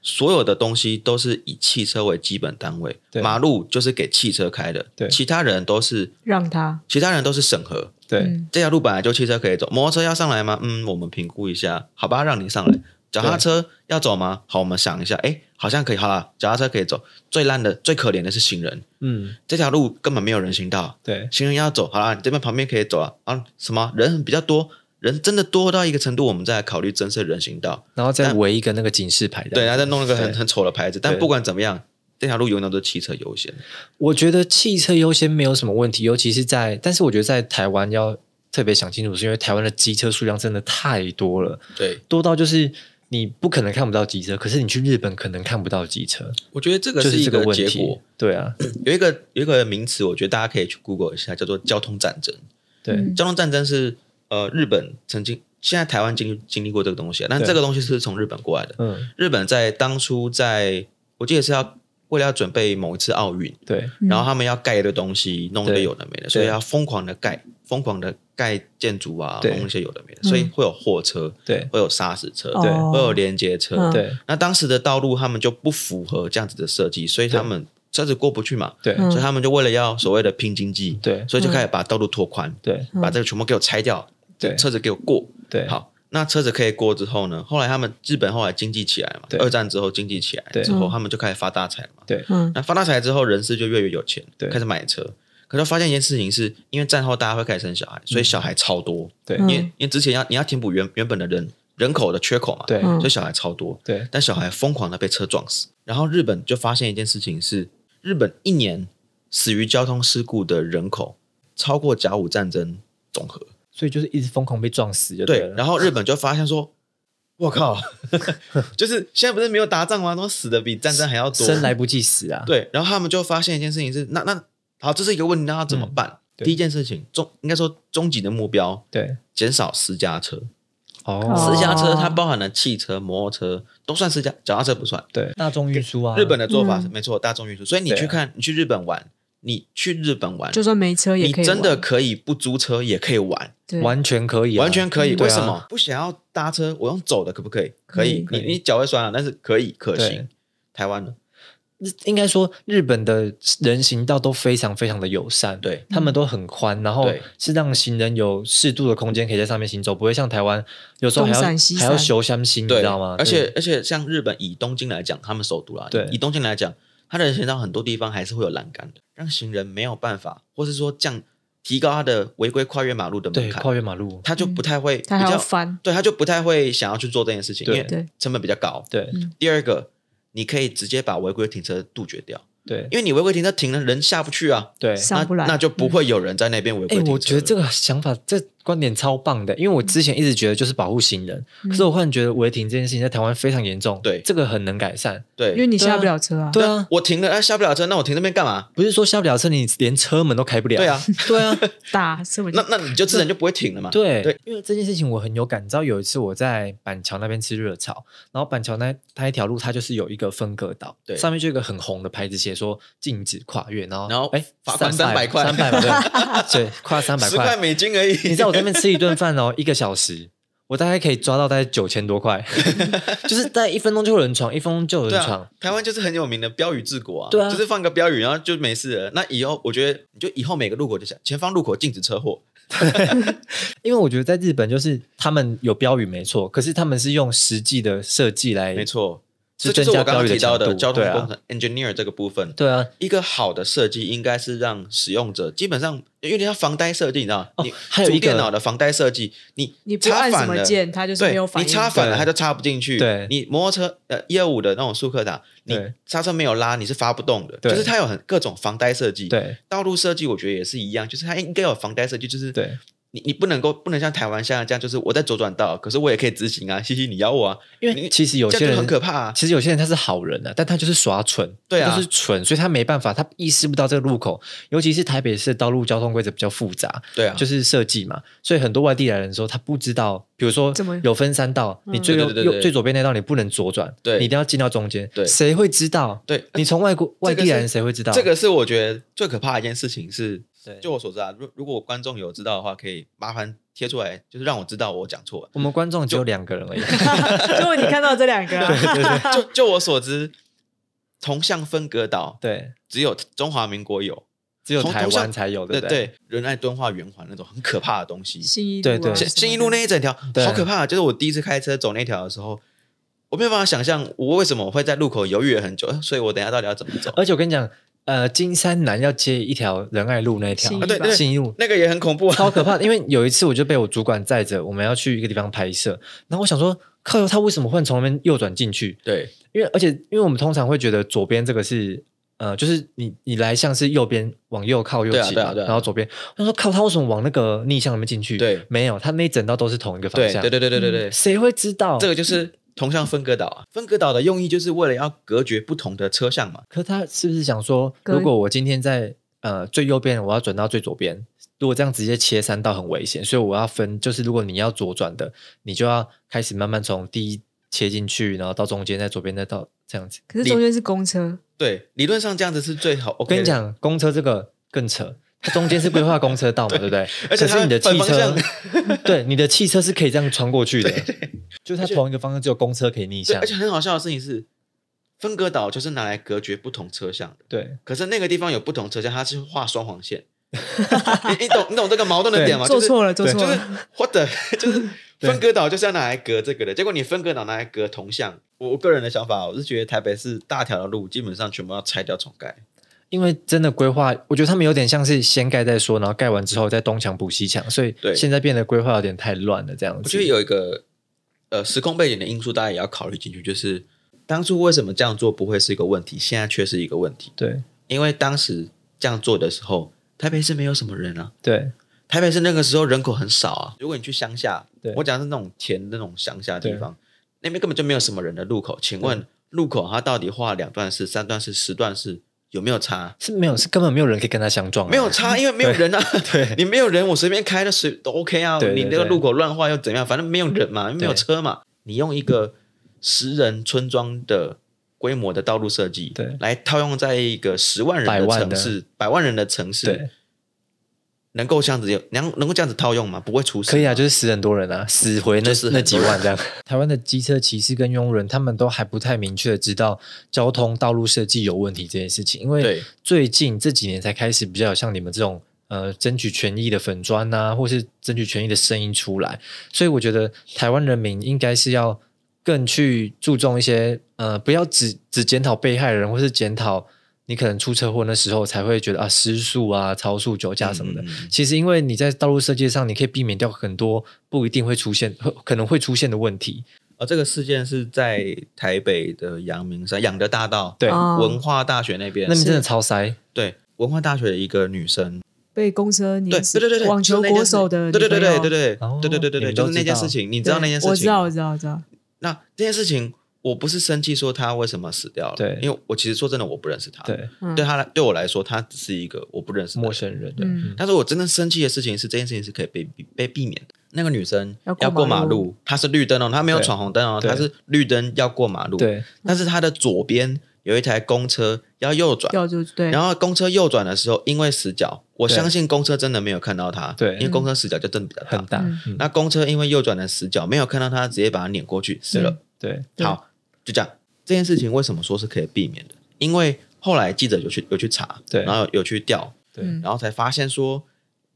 [SPEAKER 3] 所有的东西都是以汽车为基本单位，
[SPEAKER 2] 对
[SPEAKER 3] 马路就是给汽车开的，
[SPEAKER 2] 对
[SPEAKER 3] 其他人都是
[SPEAKER 1] 让他
[SPEAKER 3] 其他人都是审核，
[SPEAKER 2] 对，
[SPEAKER 1] 嗯
[SPEAKER 3] 这条路本来就汽车可以走，摩托车要上来吗？嗯，我们评估一下，好吧，让你上来。脚踏车要走吗？好，我们想一下，哎，好像可以，好啦，脚踏车可以走。最烂的、最可怜的是行人，
[SPEAKER 2] 嗯，
[SPEAKER 3] 这条路根本没有人行道，
[SPEAKER 2] 对，
[SPEAKER 3] 行人要走，好啦，你这边旁边可以走啊。啊，什么人比较多？人真的多到一个程度，我们再来考虑增设人行道。
[SPEAKER 2] 然后再
[SPEAKER 3] 但
[SPEAKER 2] 围一个那个警示牌。
[SPEAKER 3] 对，然后再弄一个很
[SPEAKER 2] 对啊
[SPEAKER 3] 很丑的牌子。但
[SPEAKER 2] 对
[SPEAKER 3] 不管怎么样，这条路永远都是汽车优先。
[SPEAKER 2] 我觉得汽车优先没有什么问题，尤其是在，但是我觉得在台湾要特别想清楚，是因为台湾的机车数量真的太多了，
[SPEAKER 3] 对，
[SPEAKER 2] 多到就是你不可能看不到机车，可是你去日本可能看不到机车，
[SPEAKER 3] 我觉得这个
[SPEAKER 2] 就是是
[SPEAKER 3] 一
[SPEAKER 2] 这个问
[SPEAKER 3] 结
[SPEAKER 2] 题
[SPEAKER 3] 果。。
[SPEAKER 2] 对啊，
[SPEAKER 3] 有一个有一个名词，我觉得大家可以去 Google 一下，叫做交通战争。
[SPEAKER 2] 对，
[SPEAKER 1] 嗯
[SPEAKER 3] 交通战争是呃日本曾经，现在台湾经历经历过这个东西啊，但
[SPEAKER 2] 对
[SPEAKER 3] 这个东西是从日本过来的。
[SPEAKER 2] 嗯，
[SPEAKER 3] 日本在当初在，我记得是要为了要准备某一次奥运，
[SPEAKER 2] 对，
[SPEAKER 1] 嗯
[SPEAKER 3] 然后他们要盖一堆东西，弄一堆
[SPEAKER 2] 对
[SPEAKER 3] 有的没的，所以要疯狂的盖，疯狂的盖建筑啊，
[SPEAKER 2] 对
[SPEAKER 3] 弄一些有的没的，所以会有货车，
[SPEAKER 2] 对，
[SPEAKER 3] 会有砂石车，
[SPEAKER 2] 对
[SPEAKER 1] 哦
[SPEAKER 3] 会有连接车
[SPEAKER 1] 嗯。
[SPEAKER 2] 对，
[SPEAKER 3] 那当时的道路他们就不符合这样子的设计，所以他们车子过不去嘛，
[SPEAKER 2] 对，
[SPEAKER 1] 嗯
[SPEAKER 3] 所以他们就为了要所谓的拼经济，
[SPEAKER 2] 对，
[SPEAKER 3] 所以就开始把道路拓宽。
[SPEAKER 2] 对，
[SPEAKER 1] 嗯
[SPEAKER 3] 把这个全部给我拆掉，
[SPEAKER 2] 对，
[SPEAKER 3] 车子给我过。
[SPEAKER 2] 对，，
[SPEAKER 3] 好，那车子可以过之后呢？后来他们日本后来经济起来嘛，
[SPEAKER 2] 对
[SPEAKER 3] 二战之后经济起来
[SPEAKER 2] 对
[SPEAKER 3] 之后，
[SPEAKER 1] 嗯
[SPEAKER 3] 他们就开始发大财嘛。
[SPEAKER 2] 对，
[SPEAKER 1] 嗯
[SPEAKER 3] 那发大财之后，人士就越来越有钱
[SPEAKER 2] 对，
[SPEAKER 3] 开始买车。可是发现一件事情是，因为战后大家会开始生小孩，所以
[SPEAKER 2] 嗯
[SPEAKER 3] 小孩超多。
[SPEAKER 2] 对，
[SPEAKER 1] 嗯
[SPEAKER 3] 因为因为之前要你要填补原原本的人人口的缺口嘛，
[SPEAKER 2] 对，
[SPEAKER 1] 嗯
[SPEAKER 3] 所以小孩超多。
[SPEAKER 2] 对，
[SPEAKER 3] 但小孩疯狂的被车撞死。然后日本就发现一件事情是，日本一年死于交通事故的人口超过甲午战争总和。
[SPEAKER 2] 所以就是一直疯狂被撞死，就
[SPEAKER 3] 对，
[SPEAKER 2] 了。
[SPEAKER 3] 然后日本就发现说，我 靠，就是现在不是没有打仗吗？都死的比战争还要多。
[SPEAKER 2] 生来不忌死啊，
[SPEAKER 3] 对，然后他们就发现一件事情是，那那好，这是一个问题，那要怎么办？
[SPEAKER 2] 嗯对
[SPEAKER 3] 第一件事情，终应该说终极的目标，
[SPEAKER 2] 对，
[SPEAKER 3] 减少私家车。
[SPEAKER 1] 哦
[SPEAKER 2] 哦
[SPEAKER 3] 私，家车它包含了汽车、摩托车，都算私家，脚踏车不算。
[SPEAKER 2] 对，大众运输啊，
[SPEAKER 3] 日本的做法是
[SPEAKER 1] 嗯
[SPEAKER 3] 没错，大众运输。所以你
[SPEAKER 2] 对啊
[SPEAKER 3] 去看，你去日本玩，你去日本玩，
[SPEAKER 1] 就算没车也
[SPEAKER 3] 你
[SPEAKER 1] 可以玩，
[SPEAKER 3] 真的可以不租车也可以玩。
[SPEAKER 1] 对
[SPEAKER 2] 完全可以啊，
[SPEAKER 3] 完全可以。
[SPEAKER 2] 嗯
[SPEAKER 3] 为什
[SPEAKER 2] 对啊
[SPEAKER 3] 么不想要搭车？我用走的可不可以？可以，
[SPEAKER 2] 可以
[SPEAKER 3] 你你脚会酸啊，但是可以可行
[SPEAKER 2] 对。
[SPEAKER 3] 台湾的
[SPEAKER 2] 日应该说日本的人行道都非常非常的友善，
[SPEAKER 3] 对
[SPEAKER 2] 他们都很宽，然后
[SPEAKER 3] 对
[SPEAKER 2] 是让行人有适度的空间可以在上面行走，不会像台湾有时候还要
[SPEAKER 1] 东闪西
[SPEAKER 2] 还
[SPEAKER 1] 闪
[SPEAKER 2] 要修山心，你
[SPEAKER 3] 对，
[SPEAKER 2] 知道吗？
[SPEAKER 3] 而且而且像日本以东京来讲，他们首都啦，
[SPEAKER 2] 对
[SPEAKER 3] 以东京来讲，它的人行道很多地方还是会有栏杆的，让行人没有办法，或是说降提高他的违规跨越马路的
[SPEAKER 2] 对
[SPEAKER 3] 门
[SPEAKER 2] 对
[SPEAKER 3] 槛，
[SPEAKER 2] 跨越马路，
[SPEAKER 3] 他就不太会比
[SPEAKER 1] 嗯他还要
[SPEAKER 3] 较，
[SPEAKER 1] 翻，
[SPEAKER 3] 对，他就不太会想要去做这件事情，因
[SPEAKER 2] 对
[SPEAKER 3] 为
[SPEAKER 1] 对
[SPEAKER 3] 成本比较高。
[SPEAKER 2] 对
[SPEAKER 3] 第二个，你可以直接把违规停车杜绝掉，
[SPEAKER 2] 对
[SPEAKER 3] 因为你违规停车停了，人下不去啊。
[SPEAKER 2] 对。
[SPEAKER 1] 上
[SPEAKER 3] 那
[SPEAKER 1] 不来
[SPEAKER 3] 那就不会有人在那边违
[SPEAKER 2] 哎、
[SPEAKER 3] 规停车了。
[SPEAKER 2] 我觉得这个想法、这观点超棒的，因为我之前一直觉得就是保护行人，
[SPEAKER 1] 嗯
[SPEAKER 2] 可是我忽然觉得违停这件事情在台湾非常严重，
[SPEAKER 3] 对
[SPEAKER 2] 这个很能改善。
[SPEAKER 1] 因为
[SPEAKER 3] 对，
[SPEAKER 1] 你下不了车啊。
[SPEAKER 2] 对啊，
[SPEAKER 3] 我停了，哎，下不了车，那我停那边干嘛？
[SPEAKER 2] 不是说下不了车，你连车门都开不了。
[SPEAKER 3] 对啊，
[SPEAKER 2] 对啊，
[SPEAKER 1] 打车尾
[SPEAKER 3] 那那你就自然就不会停了 嘛。
[SPEAKER 2] 对
[SPEAKER 3] 对，
[SPEAKER 2] 因为这件事情我很有感。你知道有一次我在板桥那边吃热炒，然后板桥那那一条路它就是有一个分隔岛，
[SPEAKER 3] 对
[SPEAKER 2] 上面就有一个很红的牌子写说禁止跨越，然后
[SPEAKER 3] 然后
[SPEAKER 2] 哎
[SPEAKER 3] 罚款
[SPEAKER 2] 300
[SPEAKER 3] 300块
[SPEAKER 2] 三百嘛 对对，跨三百
[SPEAKER 3] 十块
[SPEAKER 2] 块。
[SPEAKER 3] 美金而已。
[SPEAKER 2] 你在我这边吃一顿饭哦，一个小时。我大概可以抓到大概九千多 块，就是大概一分钟就有人闯，一分钟就有
[SPEAKER 3] 对
[SPEAKER 2] 人闯
[SPEAKER 3] 啊，，台湾就是很有名的标语治国啊，
[SPEAKER 2] 对啊
[SPEAKER 3] 就是放个标语，然后就没事了。那以后我觉得你就以后每个路口就想，前方路口禁止车祸，
[SPEAKER 2] 因为我觉得在日本就是他们有标语没错，可是他们是用实际的设计来
[SPEAKER 3] 没错。这
[SPEAKER 2] 增
[SPEAKER 3] 就是
[SPEAKER 2] 加
[SPEAKER 3] 我刚
[SPEAKER 2] 标
[SPEAKER 3] 刚
[SPEAKER 2] 语
[SPEAKER 3] 提到
[SPEAKER 2] 强
[SPEAKER 3] 的
[SPEAKER 2] 度
[SPEAKER 3] 交通
[SPEAKER 2] 对
[SPEAKER 3] 工
[SPEAKER 2] 啊，
[SPEAKER 3] 程 engineer 这个部分。
[SPEAKER 2] 对啊，
[SPEAKER 3] 一个好的设计应该是让使用者基本上有点像防呆设计，你知道？
[SPEAKER 2] 哦
[SPEAKER 3] 你
[SPEAKER 2] 还有
[SPEAKER 3] 主
[SPEAKER 2] 一个
[SPEAKER 3] 电脑的防呆设计，你
[SPEAKER 1] 你不
[SPEAKER 3] 插
[SPEAKER 1] 按什
[SPEAKER 3] 反
[SPEAKER 1] 么
[SPEAKER 3] 了，
[SPEAKER 1] 键，它就是
[SPEAKER 3] 对，
[SPEAKER 1] 没有反应。
[SPEAKER 3] 你插反了
[SPEAKER 2] 对
[SPEAKER 3] 它就插不进去。
[SPEAKER 2] 对
[SPEAKER 3] 你摩托车呃一二五的那种速克达，你
[SPEAKER 2] 对
[SPEAKER 3] 刹车没有拉，你是发不动的。
[SPEAKER 2] 对
[SPEAKER 3] 就是它有很各种防呆设计。，
[SPEAKER 2] 对
[SPEAKER 3] 道路设计我觉得也是一样，就是它应该有防呆设计，就是
[SPEAKER 2] 对
[SPEAKER 3] 你你不能够不能像台湾现在这样，就是我在左转道，可是我也可以直行啊，嘻嘻，你咬我啊，
[SPEAKER 2] 因
[SPEAKER 3] 你
[SPEAKER 2] 为其实有
[SPEAKER 3] 这
[SPEAKER 2] 些
[SPEAKER 3] 样就
[SPEAKER 2] 人
[SPEAKER 3] 很可怕啊。
[SPEAKER 2] 其实有些人他是好人啊，但他就是耍蠢，
[SPEAKER 3] 对啊
[SPEAKER 2] 他就是蠢，所以他没办法，他意识不到这个路口，尤其是台北市的道路交通规则比较复杂，
[SPEAKER 3] 对啊，
[SPEAKER 2] 就是设计嘛，所以很多外地来的人说他不知道，比如说
[SPEAKER 1] 怎么
[SPEAKER 2] 有分三道，
[SPEAKER 1] 嗯
[SPEAKER 2] 你最右
[SPEAKER 3] 对对对对
[SPEAKER 2] 右最左边那道你不能左转，
[SPEAKER 3] 对
[SPEAKER 2] 你一定要进到中间，
[SPEAKER 3] 对
[SPEAKER 2] 谁会知道？
[SPEAKER 3] 对
[SPEAKER 2] 你从外国外
[SPEAKER 3] 这个
[SPEAKER 2] 地
[SPEAKER 3] 是
[SPEAKER 2] 来人谁会知道？
[SPEAKER 3] 这个是我觉得最可怕的一件事情是，
[SPEAKER 2] 对
[SPEAKER 3] 就我所知啊，如如果观众有知道的话，可以麻烦贴出来，就是让我知道我讲错了。
[SPEAKER 2] 我们观众只有两个人而已，
[SPEAKER 1] 就你看到这两个啊，
[SPEAKER 3] 就就我所知，同向分隔岛
[SPEAKER 2] 对，
[SPEAKER 3] 只有中华民国有，
[SPEAKER 2] 只有
[SPEAKER 3] 同
[SPEAKER 2] 台
[SPEAKER 3] 同向
[SPEAKER 2] 湾才有，对
[SPEAKER 3] 对
[SPEAKER 2] 不
[SPEAKER 3] 对
[SPEAKER 2] 对？
[SPEAKER 3] 仁爱敦化圆环那种很可怕的东西。
[SPEAKER 1] 新一路
[SPEAKER 2] 对
[SPEAKER 1] 啊
[SPEAKER 2] 对
[SPEAKER 1] 什么的
[SPEAKER 3] 新新一路那一整条
[SPEAKER 2] 对
[SPEAKER 3] 好可怕，就是我第一次开车走那条的时候，我没有办法想象我为什么会在路口犹豫了很久，呃所以我等一下到底要怎么走？
[SPEAKER 2] 而且我跟你讲，呃，金山南要接一条仁爱路那一条
[SPEAKER 1] 信义，
[SPEAKER 3] 啊对吧对
[SPEAKER 2] 信义路
[SPEAKER 3] 那个也很恐怖啊！
[SPEAKER 2] 超可怕的。因为有一次我就被我主管载着，我们要去一个地方拍摄，然后我想说，靠右，他为什么会从那边右转进去？
[SPEAKER 3] 对
[SPEAKER 2] 因为而且因为我们通常会觉得左边这个是。呃，就是你你来向是右边往右靠右
[SPEAKER 3] 对啊
[SPEAKER 2] 挤
[SPEAKER 3] 对
[SPEAKER 2] 嘛，
[SPEAKER 3] 啊对啊
[SPEAKER 2] 然后左边，我想说靠他为什么往那个逆向那边进去？
[SPEAKER 3] 对，
[SPEAKER 2] 没有，他那一整道都是同一个方
[SPEAKER 3] 对
[SPEAKER 2] 向，嗯
[SPEAKER 3] 对对对对对对，
[SPEAKER 2] 谁会知道？
[SPEAKER 3] 这个就是同向分隔岛啊。分隔岛的用意就是为了要隔绝不同的车厢嘛。
[SPEAKER 2] 可他是不是想说，
[SPEAKER 1] 可以
[SPEAKER 2] 如果我今天在呃最右边，我要转到最左边，如果这样直接切三道很危险，所以我要分，就是如果你要左转的，你就要开始慢慢从第一切进去，然后到中间，再左边再到这样子。
[SPEAKER 1] 可是中间是公车，
[SPEAKER 3] 对，理论上这样子是最好。我
[SPEAKER 2] 我跟你，讲，公车这个更扯。它中间是规划公车道 嘛，对不对？
[SPEAKER 3] 而且
[SPEAKER 2] 可
[SPEAKER 3] 它
[SPEAKER 2] 是你的
[SPEAKER 3] 反
[SPEAKER 2] 汽
[SPEAKER 3] 方
[SPEAKER 2] 车
[SPEAKER 3] 向，
[SPEAKER 2] 对你的汽车是可以这样穿过去的，就是它同一个方向只有公车可以逆
[SPEAKER 3] 对，
[SPEAKER 2] 向
[SPEAKER 3] 而。且很好笑的事情是，分隔岛就是拿来隔绝不同车厢的。
[SPEAKER 2] 对，
[SPEAKER 3] 可是那个地方有不同车厢，它是画双黄 线。你你懂你懂这个矛盾的点吗？
[SPEAKER 1] 做
[SPEAKER 3] 就是
[SPEAKER 1] 错了，做
[SPEAKER 2] 对
[SPEAKER 1] 错
[SPEAKER 3] 就是
[SPEAKER 1] 了，
[SPEAKER 3] what the，就是 分割岛就是要拿来隔这个的，结果你分割岛拿来隔铜像。我我个人的想法，我是觉得台北市大条的路基本上全部要拆掉重盖。
[SPEAKER 2] 因为真的规划，我觉得他们有点像是先盖再说，然后盖完之后再东墙补西墙，所以
[SPEAKER 3] 对
[SPEAKER 2] 现在变得规划有点太乱了，这样子。
[SPEAKER 3] 我觉得有一个呃时空背景的因素，大家也要考虑进去，就是当初为什么这样做不会是一个问题，现在却是一个问题，
[SPEAKER 2] 对
[SPEAKER 3] 因为当时这样做的时候，台北市没有什么人啊，
[SPEAKER 2] 对
[SPEAKER 3] 台北市那个时候人口很少啊。如果你去乡下
[SPEAKER 2] 对，
[SPEAKER 3] 我讲的是那种田那种乡下地方，那边根本就没有什么人的路口。请问路口它到底画两段式、三段式、十段式有没有差？
[SPEAKER 2] 是没有，是根本没有人可以跟他相撞、啊，
[SPEAKER 3] 没有 差，因为没有人啊。
[SPEAKER 2] 对
[SPEAKER 3] 你没有人，我随便开的随都 OK 啊。
[SPEAKER 2] 对对
[SPEAKER 3] 你那个路口乱画又怎样？反正没有人嘛，没有车嘛。你用一个十人村庄的规模的道路设计，
[SPEAKER 2] 对
[SPEAKER 3] 来套用在一个十万人
[SPEAKER 2] 百
[SPEAKER 3] 的
[SPEAKER 2] 万
[SPEAKER 3] 城
[SPEAKER 2] 的
[SPEAKER 3] 市、百万人的城市
[SPEAKER 2] 对，，
[SPEAKER 3] 能够这样子有能能够这样子套用吗？不会出事。
[SPEAKER 2] 可以啊，就是死很多人啊，死回那、
[SPEAKER 3] 就是很多
[SPEAKER 2] 那
[SPEAKER 3] 人
[SPEAKER 2] 几万这样。 台湾的机车骑士跟佣人，他们都还不太明确的知道交通道路设计有问题这件事情，因为
[SPEAKER 3] 对
[SPEAKER 2] 最近这几年才开始比较有像你们这种呃争取权益的粉砖呐、或是争取权益的声音出来，所以我觉得台湾人民应该是要更去注重一些呃，不要只只检讨被害人，或是检讨你可能出车祸那时候才会觉得啊失速啊、超速、酒驾什么的。
[SPEAKER 3] 嗯嗯嗯
[SPEAKER 2] 其实因为你在道路设计上，你可以避免掉很多不一定会出现、会可能会出现的问题。
[SPEAKER 3] 呃，这个事件是在台北的阳明山养德大道，
[SPEAKER 2] 对，
[SPEAKER 1] 哦
[SPEAKER 3] 文化大学那边
[SPEAKER 2] 那，边真的
[SPEAKER 1] 是
[SPEAKER 2] 超塞。
[SPEAKER 3] 对文化大学的一个女生，
[SPEAKER 1] 被公车
[SPEAKER 3] 对
[SPEAKER 1] 碾死，
[SPEAKER 3] 对对对对，
[SPEAKER 1] 网球
[SPEAKER 3] 就是那件
[SPEAKER 1] 国
[SPEAKER 3] 事
[SPEAKER 1] 手的女
[SPEAKER 3] 对对对
[SPEAKER 1] 朋
[SPEAKER 3] 对
[SPEAKER 1] 友
[SPEAKER 3] 对对
[SPEAKER 2] 哦
[SPEAKER 3] 对对对对
[SPEAKER 2] 你
[SPEAKER 3] 对，
[SPEAKER 2] 们都
[SPEAKER 3] 就是那件
[SPEAKER 2] 知道
[SPEAKER 3] 事情，你知道那件事情？
[SPEAKER 1] 我知道，我知道，我知道，
[SPEAKER 3] 那这件事情，我不是生气说她为什么死掉了，
[SPEAKER 2] 对
[SPEAKER 3] 因为我其实说真的，我不认识她，，
[SPEAKER 2] 对，
[SPEAKER 1] 嗯
[SPEAKER 3] 对她来对我来说，她只是一个我不认识的
[SPEAKER 2] 陌
[SPEAKER 3] 人。
[SPEAKER 2] 生人。对
[SPEAKER 1] 嗯，
[SPEAKER 3] 但是我真正生气的事情是，这件事情是可以被避被避免的。那个女生
[SPEAKER 1] 要过
[SPEAKER 3] 要过
[SPEAKER 1] 马
[SPEAKER 3] 马
[SPEAKER 1] 路
[SPEAKER 3] 路，她是绿灯哦，她没有
[SPEAKER 2] 对
[SPEAKER 3] 闯红灯哦，
[SPEAKER 2] 对
[SPEAKER 3] 她是绿灯要过马路。
[SPEAKER 2] 对
[SPEAKER 3] 但是它的左边有一台公车要右转，
[SPEAKER 1] 掉就对，
[SPEAKER 3] 然后公车右转的时候，因为死角，我
[SPEAKER 2] 对
[SPEAKER 3] 相信公车真的没有看到它，
[SPEAKER 2] 对
[SPEAKER 3] 因为公车死角就真的比较
[SPEAKER 2] 很
[SPEAKER 3] 大。
[SPEAKER 2] 大。
[SPEAKER 1] 嗯
[SPEAKER 2] 嗯，
[SPEAKER 3] 那公车因为右转的死角没有看到它，直接把它碾过去，死了。
[SPEAKER 2] 对
[SPEAKER 1] 嗯
[SPEAKER 3] 好，就这样。这件事情为什么说是可以避免的？因为后来记者有去有去查，
[SPEAKER 2] 对
[SPEAKER 3] 然后有去调，
[SPEAKER 2] 对
[SPEAKER 1] 嗯，
[SPEAKER 3] 然后才发现说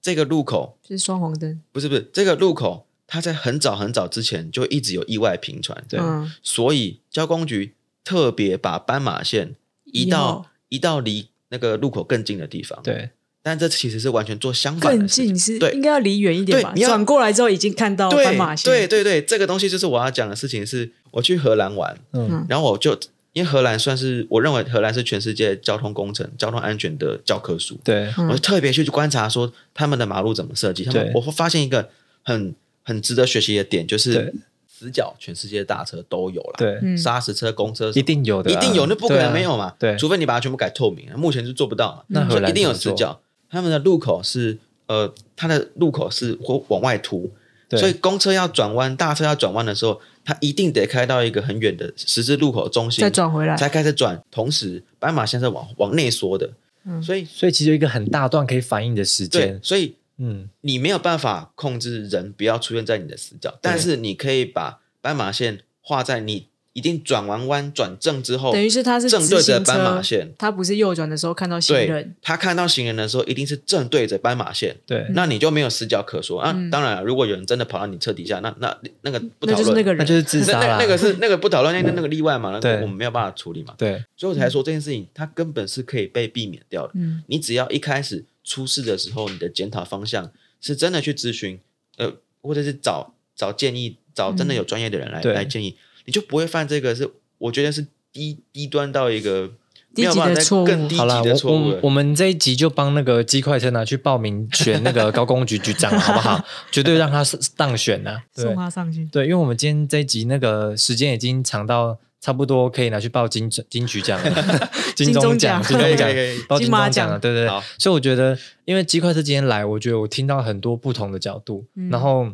[SPEAKER 3] 这个路口
[SPEAKER 1] 是双黄灯，
[SPEAKER 3] 不是不是这个路口，它在很早很早之前就一直有意外频传，
[SPEAKER 2] 对
[SPEAKER 1] 嗯
[SPEAKER 3] 所以交工局特别把斑马线移
[SPEAKER 1] 以后
[SPEAKER 3] 到移到离那个路口更近的地方。，
[SPEAKER 2] 对
[SPEAKER 3] 但这其实是完全做相反
[SPEAKER 1] 更
[SPEAKER 3] 的事情。
[SPEAKER 1] 近是
[SPEAKER 3] 对
[SPEAKER 1] 应该要离远一点
[SPEAKER 3] 对
[SPEAKER 1] 吧？
[SPEAKER 3] 你要
[SPEAKER 1] 转过来之后已经看到
[SPEAKER 3] 对
[SPEAKER 1] 斑马线，
[SPEAKER 3] 对对对，这个东西就是我要讲的事情是，我去荷兰玩，
[SPEAKER 2] 嗯
[SPEAKER 1] 嗯
[SPEAKER 3] 然后我就因为荷兰算是我认为荷兰是全世界交通工程、交通安全的教科书，
[SPEAKER 2] 对
[SPEAKER 1] 嗯
[SPEAKER 3] 我就特别去观察说他们的马路怎么设计。他们
[SPEAKER 2] 对
[SPEAKER 3] 我会发现一个很很值得学习的点，就
[SPEAKER 2] 对
[SPEAKER 3] 是死角全世界大车都有啦，
[SPEAKER 2] 对，
[SPEAKER 1] 嗯
[SPEAKER 3] 砂石车、公车什么
[SPEAKER 2] 一定有的
[SPEAKER 3] 一
[SPEAKER 2] 啊，
[SPEAKER 3] 定有，那不可
[SPEAKER 2] 对啊
[SPEAKER 3] 能没有嘛。
[SPEAKER 2] 对
[SPEAKER 3] 除非你把它全部改透明，目前是做不到嘛。
[SPEAKER 2] 那荷
[SPEAKER 3] 所以
[SPEAKER 2] 兰
[SPEAKER 3] 一定有
[SPEAKER 2] 怎么
[SPEAKER 3] 死
[SPEAKER 2] 做
[SPEAKER 3] 角。他们的路口是呃，它的路口是会往外凸，
[SPEAKER 2] 对
[SPEAKER 3] 所以公车要转弯、大车要转弯的时候，它一定得开到一个很远的十字路口中心，
[SPEAKER 1] 再转回来，
[SPEAKER 3] 才开始转。同时，斑马线是往往内缩的，
[SPEAKER 1] 嗯
[SPEAKER 3] 所以
[SPEAKER 2] 所以其实有一个很大段可以反应的时
[SPEAKER 3] 对
[SPEAKER 2] 间，，
[SPEAKER 3] 所以
[SPEAKER 2] 嗯，
[SPEAKER 3] 你没有办法控制人不要出现在你的死角，但是你可以把斑马线画在你已经转完弯、转正之后，
[SPEAKER 1] 等于是它是
[SPEAKER 3] 正对着斑马
[SPEAKER 1] 直行车
[SPEAKER 3] 线。
[SPEAKER 1] 它不是右转的时候看到行
[SPEAKER 3] 对
[SPEAKER 1] 人，
[SPEAKER 3] 他看到行人的时候，一定是正对着斑马线，
[SPEAKER 2] 对，
[SPEAKER 3] 那你就没有死角可说啊。
[SPEAKER 1] 嗯
[SPEAKER 3] 当然了，如果有人真的跑到你车底下，那那那个不
[SPEAKER 1] 那
[SPEAKER 3] 讨
[SPEAKER 1] 就是
[SPEAKER 3] 论，
[SPEAKER 1] 那个
[SPEAKER 2] 那
[SPEAKER 1] 人，
[SPEAKER 2] 就是自
[SPEAKER 3] 那
[SPEAKER 2] 杀
[SPEAKER 3] 那
[SPEAKER 2] 啦，
[SPEAKER 3] 那个是那个不讨论，那那那个例外嘛，那
[SPEAKER 2] 对
[SPEAKER 3] 个我们没有办法处理嘛。
[SPEAKER 2] 对
[SPEAKER 3] 所以我才说这件事情，它根本是可以被避免掉的。
[SPEAKER 1] 嗯
[SPEAKER 3] 你只要一开始出事的时候，你的检讨方向是真的去咨询，呃，或者是找找建议，找真的有专业的人来、
[SPEAKER 2] 嗯对
[SPEAKER 3] 来建议，你就不会犯这个是我觉得是低低端到一个
[SPEAKER 1] 低级的
[SPEAKER 3] 没有办法再
[SPEAKER 1] 错误
[SPEAKER 3] 更低
[SPEAKER 2] 好啦，
[SPEAKER 3] 级的
[SPEAKER 2] 我
[SPEAKER 3] 错
[SPEAKER 2] 我
[SPEAKER 3] 误
[SPEAKER 2] 们
[SPEAKER 3] 了
[SPEAKER 2] 我。们这一集就帮那个鸡快车拿去报名选那个高工局局长，好不 好？绝对让他是当选呐、啊！对
[SPEAKER 1] 送他上去。
[SPEAKER 2] 对，因为我们今天这一集那个时间已经长到差不多可以拿去报金金曲奖了， 金
[SPEAKER 1] 金
[SPEAKER 2] 钟奖、金
[SPEAKER 1] 钟奖
[SPEAKER 2] 钟
[SPEAKER 3] 可以可
[SPEAKER 2] 奖
[SPEAKER 3] 以可以、
[SPEAKER 2] 报
[SPEAKER 1] 金
[SPEAKER 2] 金
[SPEAKER 1] 马
[SPEAKER 2] 钟奖了，
[SPEAKER 1] 奖
[SPEAKER 2] 对对对
[SPEAKER 3] 好。
[SPEAKER 2] 所以我觉得，因为鸡块车今天来，我觉得我听到很多不同的角度，
[SPEAKER 1] 嗯
[SPEAKER 2] 然后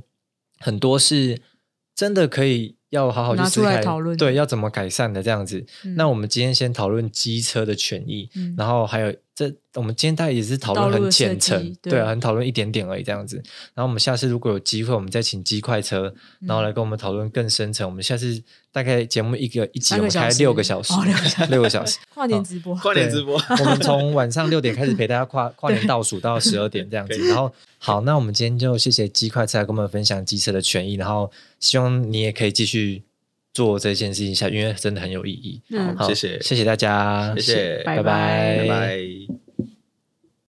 [SPEAKER 2] 很多是真的可以要好好去
[SPEAKER 1] 拿
[SPEAKER 2] 思
[SPEAKER 1] 出来
[SPEAKER 2] 考
[SPEAKER 1] 讨论
[SPEAKER 2] 对，要怎么改善的这样子。
[SPEAKER 1] 嗯
[SPEAKER 2] 那我们今天先讨论机车的权益，
[SPEAKER 1] 嗯
[SPEAKER 2] 然后还有这我们今天大概也是讨
[SPEAKER 1] 道
[SPEAKER 2] 论
[SPEAKER 1] 路
[SPEAKER 2] 很
[SPEAKER 1] 的设
[SPEAKER 2] 浅层
[SPEAKER 1] 计，对
[SPEAKER 2] 对啊，很讨论一点点而已这样子。然后我们下次如果有机会，我们再请鸡快车，然
[SPEAKER 1] 嗯
[SPEAKER 2] 后来跟我们讨论更深层。我们下次大概节目一个一集，
[SPEAKER 1] 三个
[SPEAKER 2] 我们开
[SPEAKER 1] 小时
[SPEAKER 2] 六个小时
[SPEAKER 1] 哦六个小，
[SPEAKER 2] 六个小时。
[SPEAKER 1] 跨年 直播，
[SPEAKER 3] 跨年直播，
[SPEAKER 2] 我们从晚上六点开始陪大家跨跨年倒数到十二点这样子。然后好，那我们今天就谢谢鸡快车来跟我们分享机车的权益，然后希望你也可以继续做这件事情下，因为真的很有意义。
[SPEAKER 1] 嗯
[SPEAKER 2] 好，
[SPEAKER 3] 谢谢
[SPEAKER 2] 谢谢大家，
[SPEAKER 3] 谢谢
[SPEAKER 2] 拜
[SPEAKER 1] 拜
[SPEAKER 3] 拜拜。